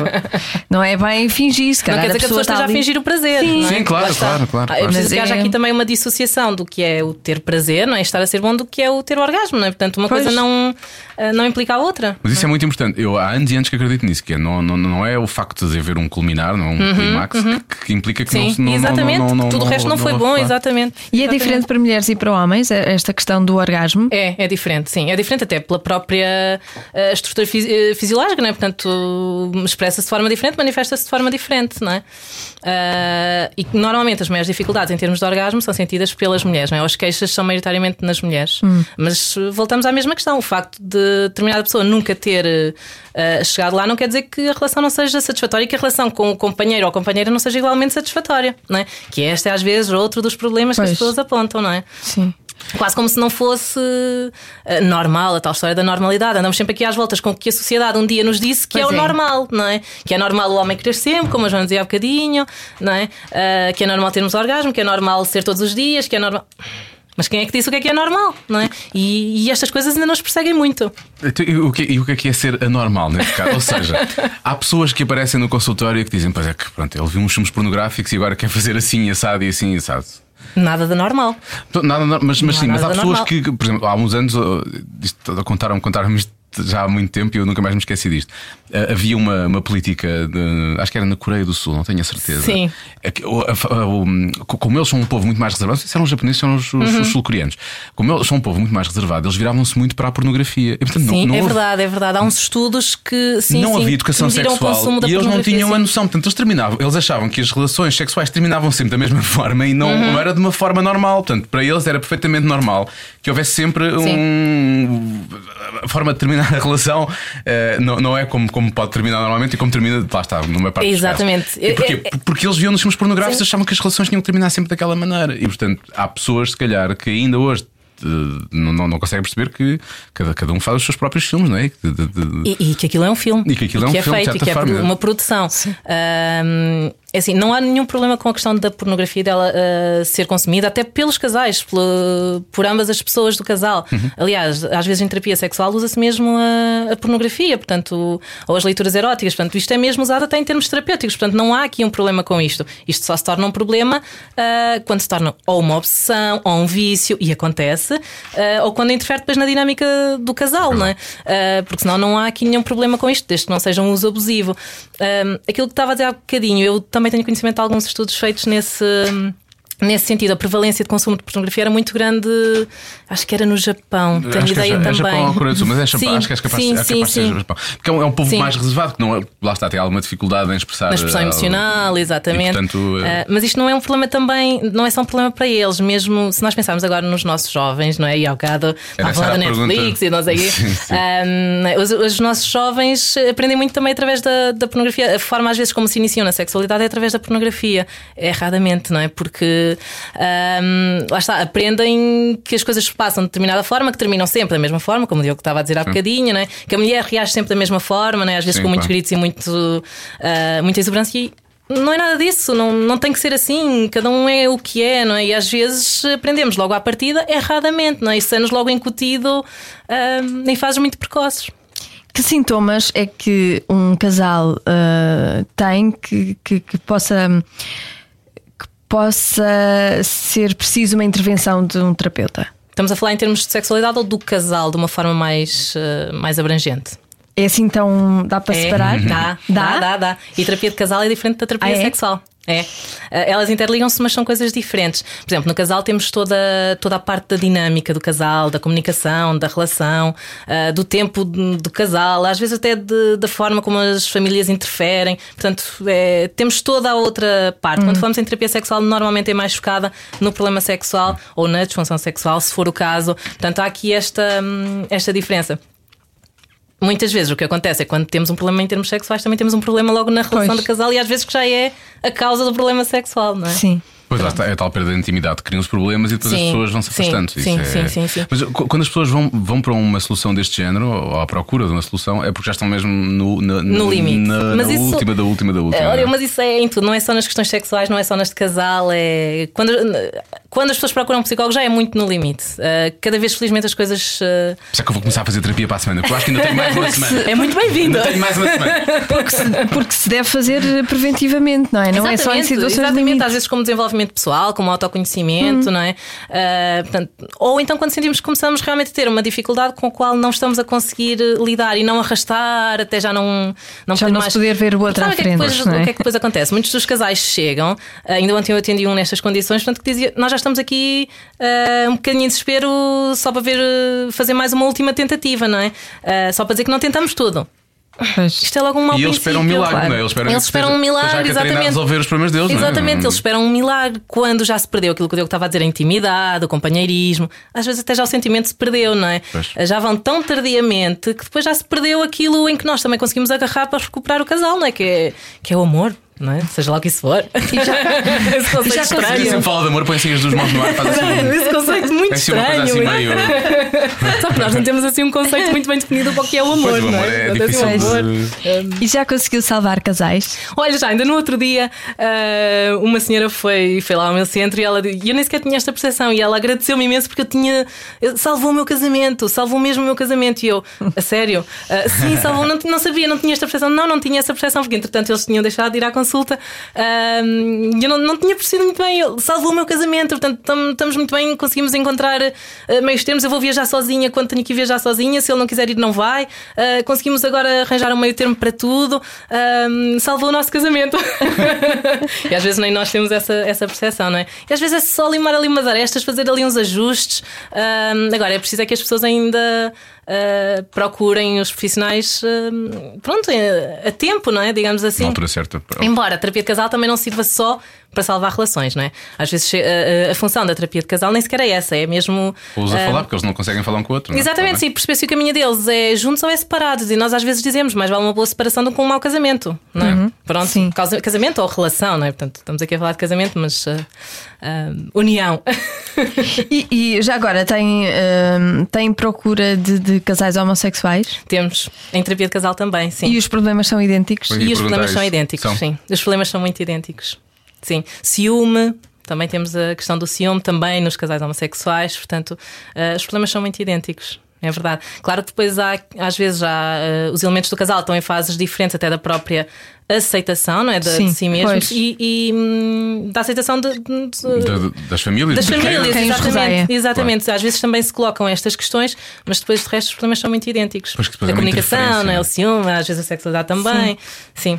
Speaker 3: Não é bem fingir, se
Speaker 4: Não
Speaker 3: calhar.
Speaker 4: quer dizer que a pessoa
Speaker 3: está
Speaker 4: esteja
Speaker 3: ali-
Speaker 4: a fingir o prazer. não é?
Speaker 2: Sim, claro,
Speaker 4: Lá está.
Speaker 2: claro, claro,
Speaker 4: Ah,
Speaker 2: claro.
Speaker 4: É preciso que
Speaker 3: Mas
Speaker 4: haja
Speaker 3: é-
Speaker 4: aqui também uma dissociação do que é o ter prazer, não é? Estar a ser bom do que é o ter orgasmo, não é? Portanto, uma
Speaker 3: Pois.
Speaker 4: coisa não, ah, não implica a outra.
Speaker 2: Mas isso é muito importante. Eu há anos e anos que acredito nisso, que é, não, não, não é o facto de haver um culminar, não é um clímax, que, que implica que
Speaker 4: Uhum, Sim,
Speaker 2: não, não,
Speaker 4: exatamente.
Speaker 2: não, não, não,
Speaker 4: Tudo o resto não, foi bom,
Speaker 2: claro.
Speaker 4: exatamente.
Speaker 3: E é
Speaker 4: Exatamente.
Speaker 3: diferente para mulheres e para homens é- esta questão do orgasmo.
Speaker 4: É, é diferente, sim. É diferente até pela própria ah, estrutura fisi- eh, fisiológica, não é? Portanto, expressa-se de forma diferente, manifesta-se de forma diferente, não é? Ah, e que normalmente as maiores dificuldades em termos de orgasmo são sentidas pelas mulheres, não é? Ou As queixas são maioritariamente nas mulheres. Mas eh, voltamos à mesma questão. O facto de determinada pessoa nunca ter eh, chegado lá não quer dizer que a relação não seja satisfatória e que a relação com o companheiro ou companheira não seja igualmente satisfatória, não é? Que este é às vezes outro dos problemas que
Speaker 3: Pois.
Speaker 4: as pessoas apontam, não é?
Speaker 3: Sim.
Speaker 4: Quase como se não fosse eh, normal, a tal história da normalidade. Andamos sempre aqui às voltas com o que a sociedade um dia nos disse que
Speaker 3: Pois
Speaker 4: é o
Speaker 3: é.
Speaker 4: normal, não é? Que é normal o homem querer sempre, como a Joana dizia há bocadinho, não é? Eh, que é normal termos orgasmo, que é normal ser todos os dias, que é normal. Mas quem é que disse o que é que é normal, não é? E, e estas coisas ainda nos perseguem muito.
Speaker 2: Então, E o, que, e o que é que é ser anormal neste caso? Ou seja, há pessoas que aparecem no consultório e que dizem: Pois é, que pronto, ele viu uns filmes pornográficos e agora quer fazer assim, assado e assim, assado.
Speaker 4: Nada de normal.
Speaker 2: Então, Nada, nada- mas, mas
Speaker 4: Não há
Speaker 2: sim, mas há
Speaker 4: nada de
Speaker 2: pessoas
Speaker 4: normal.
Speaker 2: que, que, por exemplo, há uns anos, oh, isto- contaram-me contaram isto já há muito tempo e eu nunca mais me esqueci disto. Ah, havia uma, uma política, de- acho que era na Coreia do Sul, não tenho a certeza.
Speaker 4: Sim.
Speaker 2: É que o- a- a- o- co- como eles são um povo muito mais reservado, não sei se eram os japoneses ou eram os,
Speaker 4: Uhum.
Speaker 2: os- os sul-coreanos, como eles são um povo muito mais reservado, eles viravam-se muito para a pornografia. E, portanto, não-
Speaker 4: sim,
Speaker 2: não
Speaker 4: é
Speaker 2: houve-
Speaker 4: verdade, é verdade. Há uns estudos que sim,
Speaker 2: não
Speaker 4: sim,
Speaker 2: havia
Speaker 4: que
Speaker 2: educação
Speaker 4: mediram o
Speaker 2: sexual
Speaker 4: consumo
Speaker 2: e
Speaker 4: da
Speaker 2: eles não
Speaker 4: pornografia,
Speaker 2: tinham
Speaker 4: sim.
Speaker 2: a noção. Portanto, eles terminavam, eles achavam que as relações sexuais terminavam sempre da mesma forma e não
Speaker 4: Uhum.
Speaker 2: era de uma forma normal. Portanto, para eles era perfeitamente normal que houvesse sempre um a forma de terminar a relação. eh, não, não é como, como pode terminar normalmente e como termina, lá está, numa parte dos casos.
Speaker 4: Exatamente.
Speaker 2: E porquê?
Speaker 4: É- é-
Speaker 2: Porque eles viam nos filmes pornográficos e achavam que as relações tinham que terminar sempre daquela maneira. E portanto, há pessoas, se calhar, que ainda hoje eh, não, não, não conseguem perceber que cada, cada um faz os seus próprios filmes, não é? Que- de- de-
Speaker 4: E, e que aquilo é um filme.
Speaker 2: E que aquilo é um filme, de
Speaker 4: feito, e
Speaker 2: certa
Speaker 4: que é
Speaker 2: forma.
Speaker 4: produ- uma produção. Ahm, é assim, não há nenhum problema com a questão da pornografia dela ah, ser consumida, até pelos casais, pelo- por ambas as pessoas do casal.
Speaker 2: Uhum.
Speaker 4: Aliás, às vezes em terapia sexual usa-se mesmo a, a pornografia, portanto, ou as leituras eróticas. Portanto, isto é mesmo usado até em termos terapêuticos. Portanto, não há aqui um problema com isto. Isto só se torna um problema ah, quando se torna ou uma obsessão, ou um vício, e acontece, ah, ou quando interfere depois na dinâmica do casal, não é? Ah, porque senão não há aqui nenhum problema com isto, desde que não seja um uso abusivo. Ah, aquilo que estava a dizer há bocadinho, eu também tenho conhecimento de alguns estudos feitos nesse. Nesse sentido, a prevalência de consumo de pornografia era muito grande, acho que era no Japão,
Speaker 2: Acho
Speaker 4: tenho
Speaker 2: que
Speaker 4: ideia
Speaker 2: é,
Speaker 4: também.
Speaker 2: É Japão ou Coreia do Sul, mas é Japão,
Speaker 4: Sim,
Speaker 2: acho que é capaz,
Speaker 4: sim,
Speaker 2: é capaz
Speaker 4: sim,
Speaker 2: de ser
Speaker 4: sim.
Speaker 2: Japão. Porque é um, é um povo
Speaker 4: Sim.
Speaker 2: mais reservado, que não é, lá está, tem alguma dificuldade em expressar.
Speaker 4: Na expressão
Speaker 2: eh,
Speaker 4: emocional,
Speaker 2: e,
Speaker 4: exatamente.
Speaker 2: portanto, eh,
Speaker 4: Ah, mas isto não é um problema também, não é só um problema para eles, mesmo se nós pensarmos agora nos nossos jovens, não é? E ao bocado
Speaker 2: Era
Speaker 4: estava a falar da
Speaker 2: essa a
Speaker 4: Netflix
Speaker 2: pergunta.
Speaker 4: e não sei o quê.
Speaker 2: Sim, sim.
Speaker 4: Ah, os, os nossos jovens aprendem muito também através da, da pornografia. A forma às vezes como se iniciam na sexualidade é através da pornografia, erradamente, não é? Porque ah, lá está, aprendem que as coisas se passam de determinada forma, que terminam sempre da mesma forma, como o Diogo estava a dizer há bocadinho, não é? Que a mulher reage sempre da mesma forma, não é? Às vezes
Speaker 2: Sim,
Speaker 4: com muitos
Speaker 2: claro.
Speaker 4: gritos e muito, ah, muita exuberância. E não é nada disso, não, não tem que ser assim. Cada um é o que é, não é? E às vezes aprendemos logo à partida erradamente, não é? Isso é-nos logo incutido ah, em fases muito precoces.
Speaker 3: Que sintomas é que um casal ah, tem que, que, que possa que possa ser preciso uma intervenção de um terapeuta?
Speaker 4: Estamos a falar em termos de sexualidade ou do casal de uma forma mais, ah, mais abrangente?
Speaker 3: É assim tão. dá para
Speaker 4: É,
Speaker 3: separar?
Speaker 4: Dá, dá, dá, dá. E terapia de casal é diferente da terapia
Speaker 3: Ah, é?
Speaker 4: sexual. É. Eh, Elas interligam-se, mas são coisas diferentes. Por exemplo, no casal temos toda, toda a parte da dinâmica do casal, da comunicação, da relação, ah, do tempo de- do casal, às vezes até de- da forma como as famílias interferem. Portanto, eh, temos toda a outra parte.
Speaker 3: Hum.
Speaker 4: Quando falamos em terapia sexual, normalmente é mais focada no problema sexual ou na disfunção sexual, se for o caso. Portanto, há aqui esta, hum, esta diferença. Muitas vezes o que acontece é que quando temos um problema em termos sexuais, também temos um problema logo na relação
Speaker 3: Pois.
Speaker 4: do casal e às vezes que já é a causa do problema sexual, não é?
Speaker 3: Sim.
Speaker 2: Pois lá está, é a tal perda de intimidade, criam-se problemas e depois as
Speaker 4: Sim,
Speaker 2: pessoas vão se
Speaker 4: sim,
Speaker 2: afastando. Isso
Speaker 4: sim,
Speaker 2: é-
Speaker 4: sim, sim, sim.
Speaker 2: Mas qu- quando as pessoas vão, vão para uma solução deste género, ou à procura de uma solução, é porque já estão mesmo no, na,
Speaker 4: No limite.
Speaker 2: Na,
Speaker 4: Mas
Speaker 2: na
Speaker 4: isso-
Speaker 2: última, da última, da última.
Speaker 4: É,
Speaker 2: não é?
Speaker 4: Olha, mas isso é em tudo, não é só nas questões sexuais, não é só nas de casal. É... Quando, quando as pessoas procuram um psicólogo, já é muito no limite. Ah, cada vez, felizmente, as coisas. ah,
Speaker 2: Por isso é que eu vou começar a fazer terapia para a semana, porque eu acho que ainda tenho mais uma semana.
Speaker 4: É muito bem-vindo.
Speaker 2: Ainda tenho mais uma semana.
Speaker 3: Porque se deve fazer preventivamente, não é? Não é só em
Speaker 4: Exatamente,
Speaker 3: situações de
Speaker 4: exatamente,
Speaker 3: limite.
Speaker 4: às vezes como desenvolvimento pessoal, como autoconhecimento,
Speaker 3: Hum.
Speaker 4: não é? Ah, portanto, ou então quando sentimos que começamos realmente a ter uma dificuldade com a qual não estamos a conseguir eh, lidar e não arrastar até já não não
Speaker 3: Já não se
Speaker 4: mais.
Speaker 3: poder ver o outro
Speaker 4: Sabe
Speaker 3: à
Speaker 4: o que é que
Speaker 3: frente,
Speaker 4: depois-
Speaker 3: não é?
Speaker 4: O que é que depois acontece? Muitos dos casais chegam, ainda ontem eu atendi um nestas condições, portanto que dizia, nós já estamos aqui ah, um bocadinho em desespero só para ver eh, fazer mais uma última tentativa, não é? Ah, só para dizer que não tentamos tudo.
Speaker 3: Pois.
Speaker 4: Isto é logo um mau
Speaker 2: E eles
Speaker 4: princípio,
Speaker 2: esperam um milagre,
Speaker 4: claro.
Speaker 2: não é? Eles esperam,
Speaker 4: Eles
Speaker 2: que
Speaker 4: esperam um
Speaker 2: seja- seja a
Speaker 4: milagre,
Speaker 2: Catarina a
Speaker 4: exatamente.
Speaker 2: resolver os problemas deles, não é?
Speaker 4: Exatamente, eles esperam um milagre quando já se perdeu aquilo que o Diogo estava a dizer, a intimidade, o companheirismo. Às vezes até já o sentimento se perdeu, não é?
Speaker 2: Pois.
Speaker 4: Já vão tão tardiamente que depois já se perdeu aquilo em que nós também conseguimos agarrar para recuperar o casal, não é? Que é, que é o amor, não é? Seja lá o que isso for. Esse conceito
Speaker 3: já
Speaker 2: Quem
Speaker 4: estranho.
Speaker 2: sempre fala de amor, põe assim as duas mãos no ar, faz assim.
Speaker 4: Esse conceito muito
Speaker 2: É assim uma coisa
Speaker 4: estranho.
Speaker 2: assim meio.
Speaker 4: Só que nós não temos assim um conceito muito bem definido para o que é o amor,
Speaker 2: Pois o
Speaker 4: não
Speaker 2: amor
Speaker 4: é?
Speaker 2: é
Speaker 4: Não temos
Speaker 2: difícil
Speaker 4: um amor.
Speaker 2: de.
Speaker 3: E já conseguiu salvar casais?
Speaker 4: Olha, já ainda no outro dia, ah, uma senhora foi, foi lá ao meu centro e ela di- e eu nem sequer tinha esta percepção. E ela agradeceu-me imenso porque eu tinha. eu- Salvou o meu casamento, salvou mesmo o meu casamento. E eu, a sério? Ah, sim, salvou. Não, não sabia, não tinha esta percepção. Não, não tinha essa percepção, porque entretanto eles tinham deixado de ir à consulta. Ah, E eu não, não tinha percebido muito bem. Eu, salvou o meu casamento, portanto tam- estamos muito bem, conseguimos encontrar ah, meios termos. Eu vou viajar sozinha quando tenho que viajar sozinha. Se ele não quiser ir, não vai. Ah, conseguimos agora arranjar um meio termo para tudo. Ahm, salvou o nosso casamento. e às vezes nem nós temos essa, essa percepção, não é? E às vezes é só limar ali umas arestas, fazer ali uns ajustes. Ahm, agora é preciso é que as pessoas ainda ah, procurem os profissionais ahm, pronto, a, a tempo, não é? Digamos assim.
Speaker 2: Na altura certa.
Speaker 4: Embora a terapia de casal também não sirva só para salvar relações, não é? Às vezes che- a, a- a função da terapia de casal nem sequer é essa, é mesmo.
Speaker 2: Ou-os a
Speaker 4: ah,
Speaker 2: falar, porque eles não conseguem falar um com o outro. não é?
Speaker 4: Exatamente,
Speaker 2: Está
Speaker 4: sim, perceber se o caminho deles é juntos ou é separados. E nós às vezes dizemos, mais vale uma boa separação do que um mau casamento, não é? Pronto,
Speaker 3: Uhum. Sim.
Speaker 4: causa- casamento ou relação, não é? Portanto, estamos aqui a falar de casamento, mas ah, ah, união.
Speaker 3: E, e já agora, tem, hum, tem procura de, de casais homossexuais?
Speaker 4: Temos em terapia de casal também, sim.
Speaker 3: E os problemas são idênticos?
Speaker 2: Pois. Eu ia
Speaker 4: E os
Speaker 2: perguntar
Speaker 4: problemas são
Speaker 2: isso.
Speaker 4: idênticos,
Speaker 2: São?
Speaker 4: sim. Os problemas são muito idênticos. Sim. Ciúme, também temos a questão do ciúme, também nos casais homossexuais, portanto, eh, os problemas são muito idênticos. É verdade. Claro que depois há, às vezes, há, eh, os elementos do casal estão em fases diferentes até da própria aceitação, não é? De, de
Speaker 3: Sim,
Speaker 4: si mesmos
Speaker 3: pois.
Speaker 4: e, e, hum, da aceitação de- de- de-
Speaker 2: bem. Da- das famílias.
Speaker 4: das
Speaker 2: dos
Speaker 4: famílias,
Speaker 2: géneros.
Speaker 3: Quem os rodeia.
Speaker 4: exatamente. exatamente. Às vezes também se colocam estas questões, mas depois de resto os problemas são muito idênticos.
Speaker 2: Pois que depois
Speaker 4: a
Speaker 2: há uma
Speaker 4: comunicação,
Speaker 2: interferência,
Speaker 4: não é?
Speaker 2: não é?
Speaker 4: o ciúme, às vezes a sexualidade também. Sim.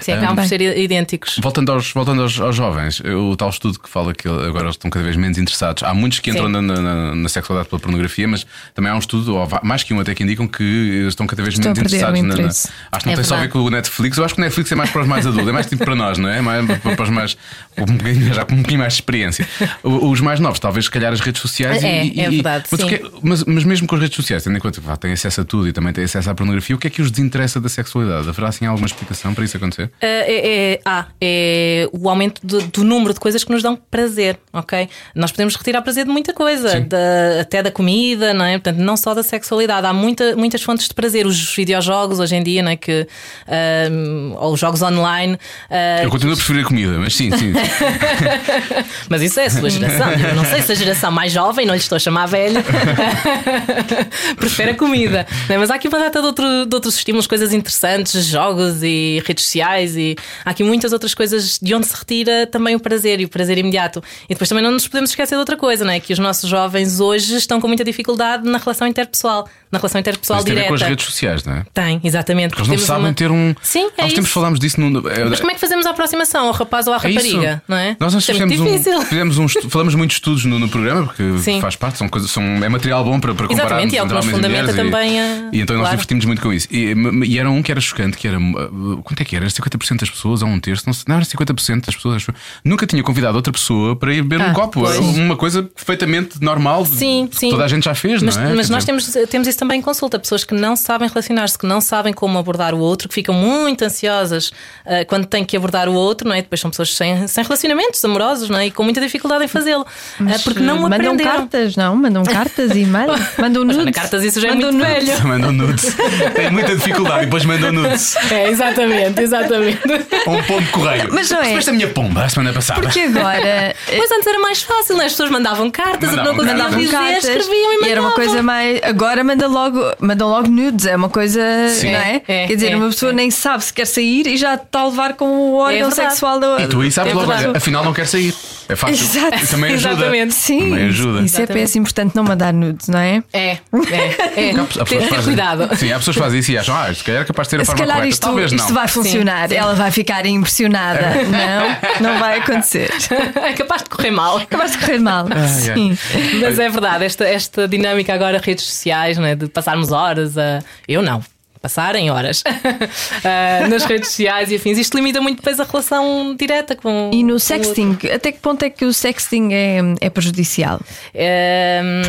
Speaker 4: Sim,
Speaker 2: Ah.
Speaker 4: acabam por
Speaker 3: Bem.
Speaker 4: ser i- idênticos.
Speaker 2: Voltando, aos, voltando aos, aos jovens, o tal estudo que fala que agora eles estão cada vez menos interessados. Há muitos que entram
Speaker 4: Sim.
Speaker 2: na, na- na- na sexualidade pela pornografia, mas também há um estudo, ou vá- mais que um até que indicam que estão cada vez
Speaker 3: Estão a
Speaker 2: menos
Speaker 3: perder o
Speaker 2: interessados.
Speaker 3: interesse.
Speaker 2: Acho que não
Speaker 4: É
Speaker 2: tem só a ver
Speaker 4: verdade.
Speaker 2: com o Netflix. Eu acho que o Netflix é mais para os mais adultos, é mais tipo para nós, não é? Mais, para para os mais. com Um bocadinho, já com um bocadinho mais de experiência. O- Os mais novos, talvez, se calhar, as redes sociais. e-
Speaker 4: É,
Speaker 2: e,
Speaker 4: é
Speaker 2: e-
Speaker 4: verdade,
Speaker 2: Mas, o
Speaker 4: sim.
Speaker 2: que é- mas- mas mesmo com as redes sociais, tendo em conta que vá, têm acesso a tudo e também têm acesso à pornografia, o que é que os desinteressa da sexualidade? Haverá assim alguma explicação para isso acontecer?
Speaker 4: Ah, é, é- ah, é o aumento do, do número de coisas que nos dão prazer, ok? Nós podemos retirar prazer de muita coisa, da- até da comida, não é? Portanto, não só da sexualidade. Há muita- muitas fontes de prazer. Os videojogos hoje em dia, não é? Que, ah, ou os jogos online. ah,
Speaker 2: Eu continuo a preferir a comida, mas sim, sim.
Speaker 4: Mas isso é a sua geração. Eu não sei se a geração mais jovem, não lhe estou a chamar velha, prefere a comida. Não é? Mas há aqui uma data de, outro- de outros estímulos, coisas interessantes, jogos e redes sociais, e há aqui muitas outras coisas de onde se retira também o prazer e o prazer imediato. E depois também não nos podemos esquecer de outra coisa, não é? Que os nossos jovens hoje estão com muita dificuldade na relação interpessoal, na relação interpessoal
Speaker 2: Isso tem a ver
Speaker 4: direta.
Speaker 2: com as redes sociais, não é?
Speaker 4: Tem, exatamente.
Speaker 2: Porque eles não
Speaker 4: Temos
Speaker 2: sabem
Speaker 4: uma-
Speaker 2: ter um.
Speaker 4: Sim, é
Speaker 2: Há uns tempos
Speaker 4: isso.
Speaker 2: falámos disso num. é-
Speaker 4: Mas como é que fazemos a aproximação ao rapaz ou à
Speaker 2: é isso.
Speaker 4: rapariga? Não é?
Speaker 2: Nós nós
Speaker 4: Isso é muito
Speaker 2: fizemos, um,
Speaker 4: difícil.
Speaker 2: fizemos um estu- falamos muitos estudos no, no programa, porque
Speaker 4: Sim.
Speaker 2: faz parte, são coisas, são, é material bom para, para comparar
Speaker 4: Exatamente, e é o que nos fundamenta também a-
Speaker 2: E, então nós
Speaker 4: Claro.
Speaker 2: divertimos muito com isso. E, m- e era um que era chocante, que era. uh, Quanto é que era? Era 50% das pessoas, ou um terço? Não, sei- não era 50% das pessoas. acho eu. Nunca tinha convidado outra pessoa para ir beber um
Speaker 3: Ah,
Speaker 2: copo. Era uma coisa perfeitamente normal.
Speaker 4: Sim, sim.
Speaker 2: Toda a gente já fez,
Speaker 4: mas,
Speaker 2: não é?
Speaker 4: Mas
Speaker 2: Quer
Speaker 4: nós
Speaker 2: dizer,
Speaker 4: temos, temos isso também em consulta: pessoas que não sabem relacionar-se, que não sabem como abordar o outro, que ficam muito ansiosas ah, quando têm que abordar o outro, não é? Depois são pessoas sem, sem relacionamentos amorosos, não é? E com muita dificuldade em fazê-lo, ah, porque não
Speaker 3: eh, mandam
Speaker 4: aprenderam.
Speaker 3: cartas, não? Mandam cartas e mail. Mandam nudes.
Speaker 4: Mas olha, cartas, isso já é
Speaker 3: mandam
Speaker 4: muito
Speaker 3: nudes.
Speaker 4: velho.
Speaker 2: Mandam nudes. Tem muita dificuldade e depois mandam nudes.
Speaker 4: É, exatamente, exatamente.
Speaker 2: Ou um pombo de correio.
Speaker 3: Mas não é.
Speaker 2: Recebeste a minha pomba a semana passada.
Speaker 3: Porque agora eh,
Speaker 4: Mas antes era mais fácil, não é? as pessoas mandavam cartas, o que não
Speaker 2: Mandavam
Speaker 4: conseguiam
Speaker 2: cartas.
Speaker 4: dizer,
Speaker 3: cartas,
Speaker 4: escreviam e mandavam.
Speaker 3: era uma coisa mais. Agora manda logo, mandam logo nudes, é uma coisa,
Speaker 2: Sim.
Speaker 3: não é?
Speaker 4: É, é,
Speaker 3: Quer dizer,
Speaker 4: é,
Speaker 3: uma pessoa
Speaker 4: é.
Speaker 3: nem sabe se quer sair e já está a levar com o órgão
Speaker 4: verdade.
Speaker 3: sexual da
Speaker 2: E tu aí sabes
Speaker 4: É
Speaker 2: logo,
Speaker 4: verdade.
Speaker 2: olha, afinal não quer sair. É fácil.
Speaker 3: Exato.
Speaker 2: Isso também ajuda.
Speaker 4: Exatamente.
Speaker 3: Sim,
Speaker 2: Também ajuda.
Speaker 3: isso é péssimo, portanto não mandar nudes, não é?
Speaker 4: É, é, é.
Speaker 2: Há pessoas que
Speaker 4: Ter, ter
Speaker 2: fazem-
Speaker 4: cuidado.
Speaker 2: Sim, há pessoas que fazem isso e acham, ah, se calhar é capaz de ter a
Speaker 3: Se
Speaker 2: forma
Speaker 3: calhar
Speaker 2: correta.
Speaker 3: isto,
Speaker 2: Talvez
Speaker 3: isto
Speaker 2: não. É.
Speaker 3: vai funcionar,
Speaker 4: sim.
Speaker 3: ela vai ficar impressionada. Não, não vai acontecer.
Speaker 4: É capaz de correr mal.
Speaker 3: Acabaste de correr mal.
Speaker 2: ai.
Speaker 3: Sim.
Speaker 4: Mas é verdade, esta, esta dinâmica agora, redes sociais, não é? de passarmos horas a. Eu não. Passarem horas ah, nas redes sociais e afins. Isto limita muito depois a relação direta com.
Speaker 3: E
Speaker 4: com
Speaker 3: no
Speaker 4: o
Speaker 3: sexting, até que ponto é que o sexting é, é prejudicial?
Speaker 4: outro. Ehm,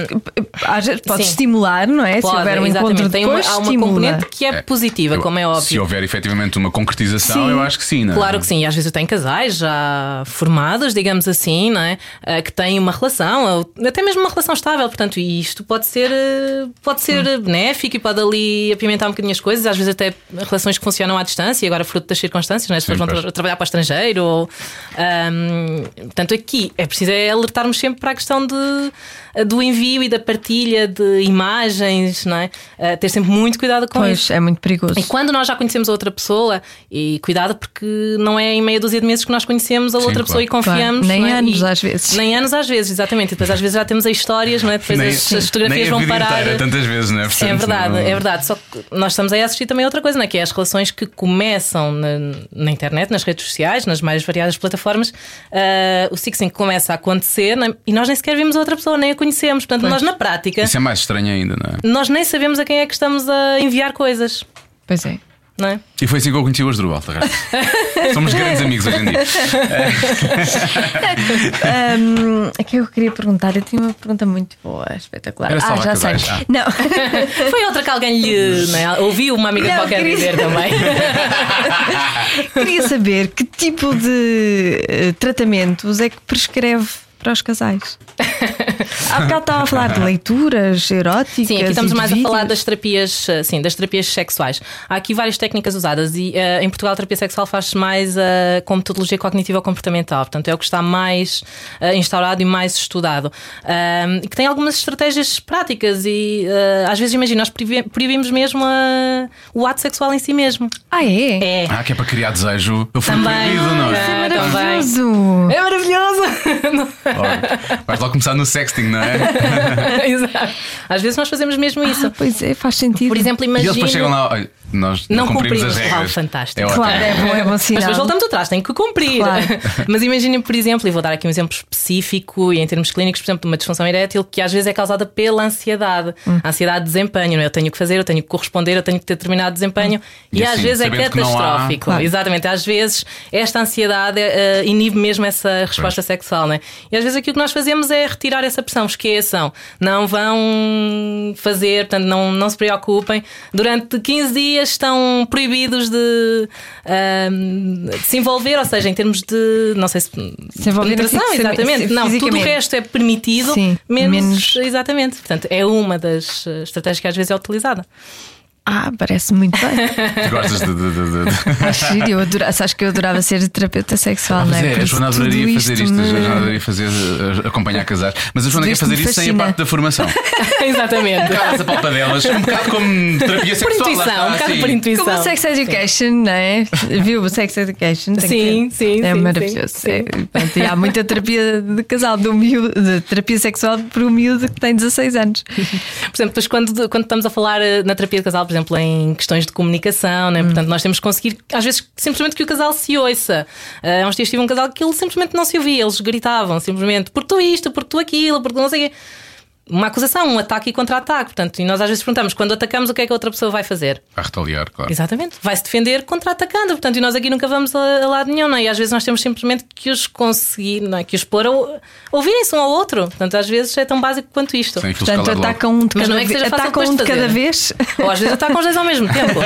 Speaker 3: Às vezes pode
Speaker 4: Sim.
Speaker 3: estimular, não é?
Speaker 4: pode,
Speaker 3: se houver um
Speaker 4: exatamente.
Speaker 3: encontro
Speaker 4: Tem uma,
Speaker 3: depois,
Speaker 4: há uma
Speaker 3: estimula.
Speaker 4: componente que é,
Speaker 2: É,
Speaker 4: positiva,
Speaker 2: eu-
Speaker 4: como é
Speaker 2: Se
Speaker 4: óbvio.
Speaker 2: houver efetivamente uma concretização,
Speaker 3: Sim.
Speaker 2: eu acho que sim, não é?
Speaker 4: Claro que sim, e às vezes eu tenho casais já formados, digamos assim, não é? Ah, que têm uma relação, ou até mesmo uma relação estável, portanto, e isto pode ser, eh, pode ser
Speaker 2: Hum.
Speaker 4: benéfico e pode ali apimentar um bocadinho as coisas, às vezes até relações que funcionam à distância, e agora fruto das circunstâncias, não é? As pessoas
Speaker 2: Sim,
Speaker 4: vão
Speaker 2: pois.
Speaker 4: tra- trabalhar para o estrangeiro, ou. ahm, portanto, aqui é preciso é alertarmos sempre para a questão de, do envio e da partilha de imagens, não é? Ah, ter sempre muito cuidado com isso.
Speaker 3: Pois, é muito perigoso.
Speaker 4: E quando nós já conhecemos a outra pessoa, e cuidado porque não é em meia dúzia de meses que nós conhecemos a
Speaker 2: Sim,
Speaker 4: outra
Speaker 2: claro.
Speaker 4: pessoa e
Speaker 3: Claro,
Speaker 4: confiamos.
Speaker 3: nem
Speaker 4: não é?
Speaker 3: anos
Speaker 4: E-
Speaker 3: às vezes.
Speaker 4: Nem anos às vezes, exatamente. E depois às vezes já temos as histórias, não é? Depois
Speaker 2: Nem-
Speaker 4: as, as fotografias
Speaker 2: nem a
Speaker 4: vão
Speaker 2: vida
Speaker 4: parar.
Speaker 2: Inteira, tantas vezes, não é?
Speaker 4: Sim, é
Speaker 2: Portanto,
Speaker 4: verdade,
Speaker 2: não-
Speaker 4: é verdade. Só que nós estamos aí a assistir também a outra coisa, não é? que é as relações que começam na, na internet, nas redes sociais, nas mais variadas plataformas. ah, o sexting começa a acontecer não é? e nós nem sequer vimos a outra pessoa, nem a conhecemos. Portanto, nós na prática,
Speaker 2: um Isso é mais estranho ainda, não é?
Speaker 4: nós nem sabemos a quem é que estamos a enviar coisas.
Speaker 3: Pois é.
Speaker 4: não é?
Speaker 6: E foi assim que eu conheci o Asdrubal, de resto. Somos grandes amigos hoje em dia.
Speaker 3: Ahm, é que eu queria perguntar, eu tinha uma pergunta muito boa, espetacular.
Speaker 6: Era só lá
Speaker 3: ah, já sei.
Speaker 6: casais, ah.
Speaker 3: Não,
Speaker 4: Foi outra que alguém lhe. Não é? Ouviu uma amiga
Speaker 3: Não,
Speaker 4: qualquer
Speaker 3: queria-
Speaker 4: dizer também.
Speaker 3: queria saber que tipo de eh, tratamentos é que prescreve para os casais. Há bocado estava a falar de leituras eróticas.
Speaker 4: Sim, aqui estamos
Speaker 3: e de
Speaker 4: mais a falar
Speaker 3: vídeos.
Speaker 4: das terapias, eh, sim, das terapias sexuais. Há aqui várias técnicas usadas e eh, em Portugal a terapia sexual faz-se mais eh, com metodologia cognitiva comportamental, portanto é o que está mais eh, instaurado e mais estudado. Ahm, e que tem algumas estratégias práticas e eh, às vezes imagina, nós privi- proibimos mesmo eh, o ato sexual em si mesmo.
Speaker 3: Ah, é?
Speaker 4: É.
Speaker 6: Ah, que é para criar desejo. Eu fui
Speaker 4: Também.
Speaker 6: proibido, não é?
Speaker 4: Ah, também.
Speaker 3: Maravilhoso!
Speaker 6: Hum.
Speaker 4: É maravilhoso!
Speaker 6: Ora, Vais lá começar no sexting, não é?
Speaker 4: Exato. Às vezes nós fazemos mesmo isso.
Speaker 3: Pois é, faz sentido.
Speaker 4: Por exemplo,
Speaker 6: E
Speaker 4: imagina.
Speaker 6: eles depois chegam lá, olha, nós não,
Speaker 4: Não
Speaker 6: cumprimos,
Speaker 4: cumprimos.
Speaker 6: as regras.
Speaker 4: Ah, fantástico.
Speaker 6: É ótimo.
Speaker 3: Claro, é bom, é bom sinal.
Speaker 4: Mas depois voltamos atrás, tem que cumprir.
Speaker 3: Claro.
Speaker 4: Mas imaginem, por exemplo, e vou dar aqui um exemplo específico e em termos clínicos, por exemplo, de uma disfunção erétil que às vezes é causada pela ansiedade. A ansiedade de desempenho, não é? Eu tenho que fazer, eu tenho que corresponder, eu tenho que ter determinado desempenho e,
Speaker 6: E
Speaker 4: às
Speaker 6: assim,
Speaker 4: vezes é
Speaker 6: sabendo que não há-
Speaker 4: catastrófico.
Speaker 3: Claro.
Speaker 4: Exatamente, às vezes esta ansiedade eh, inibe mesmo essa resposta sexual, né? E às vezes aqui o que nós fazemos é retirar essa pressão, esqueçam, não vão fazer, portanto, não, não se preocupem. Durante 15 dias estão proibidos de, ahm, de se envolver, ou seja, em termos de, não sei se.
Speaker 3: Se envolver
Speaker 4: penetração,
Speaker 3: fisi-
Speaker 4: exatamente. Não, tudo o
Speaker 3: fisicamente.
Speaker 4: resto é permitido,
Speaker 3: Sim, menos-
Speaker 4: menos. Exatamente. Portanto, é uma das eh, estratégias que às vezes é utilizada.
Speaker 3: Ah, parece muito bem.
Speaker 6: Tu gostas de. de, de, de- de-
Speaker 3: Acho giro, eu adora, sabes que eu adorava ser terapeuta sexual,
Speaker 6: Pois
Speaker 3: não é?
Speaker 6: é,
Speaker 3: Por
Speaker 6: a
Speaker 3: isso
Speaker 6: Joana
Speaker 3: tudo
Speaker 6: adoraria fazer isto, a
Speaker 3: me-
Speaker 6: Joana adoraria fazer, eh, acompanhar casais. Mas a Joana
Speaker 3: Tudo
Speaker 6: quer
Speaker 3: isto
Speaker 6: fazer
Speaker 3: me
Speaker 6: isto sem a
Speaker 3: fascina.
Speaker 6: parte da formação. Um
Speaker 4: exatamente.
Speaker 6: Caras a palpadelas, um bocado como terapia
Speaker 4: Por
Speaker 6: sexual. lá
Speaker 4: intuição,
Speaker 6: está,
Speaker 4: um bocado
Speaker 6: sim.
Speaker 4: por intuição.
Speaker 3: Como o Sex Education, não é? Viu o Sex Education? Tem
Speaker 4: Sim,
Speaker 3: que-
Speaker 4: sim,
Speaker 3: É
Speaker 4: sim,
Speaker 3: maravilhoso.
Speaker 4: sim,
Speaker 3: É, pronto, e há muita terapia de casal, do miúdo, de terapia sexual para o miúdo que tem 16 anos.
Speaker 4: Por exemplo, depois quando, quando estamos a falar eh, na terapia de casal, por exemplo, em questões de comunicação, né? portanto, nós temos que conseguir, às vezes, simplesmente que o casal se ouça. Eh, Há uns dias tive um casal que ele simplesmente não se ouvia, eles gritavam simplesmente porque tu isto, porque tu aquilo, porque tu não sei o quê. Uma acusação, um ataque e contra-ataque. Portanto, e nós às vezes perguntamos quando atacamos o que é que a outra pessoa vai fazer.
Speaker 6: A retaliar,
Speaker 2: Ah.
Speaker 6: claro.
Speaker 4: Exatamente. Vai-se defender contra-atacando. Portanto, e nós aqui nunca vamos a, a lado nenhum, não é? E às vezes nós temos simplesmente que os conseguir, não é? Que os pôr a ou- ouvirem-se um ao outro. Portanto, às vezes é tão básico quanto isto.
Speaker 6: Sem fios
Speaker 3: Portanto,
Speaker 6: escalar logo.
Speaker 3: atacam um de
Speaker 4: Mas
Speaker 3: cada,
Speaker 4: não é que
Speaker 3: ve-
Speaker 4: seja fácil
Speaker 3: atacam
Speaker 4: depois
Speaker 3: um de
Speaker 4: de
Speaker 3: cada
Speaker 4: fazer.
Speaker 3: vez.
Speaker 4: Ou às vezes atacam os dois ao mesmo tempo.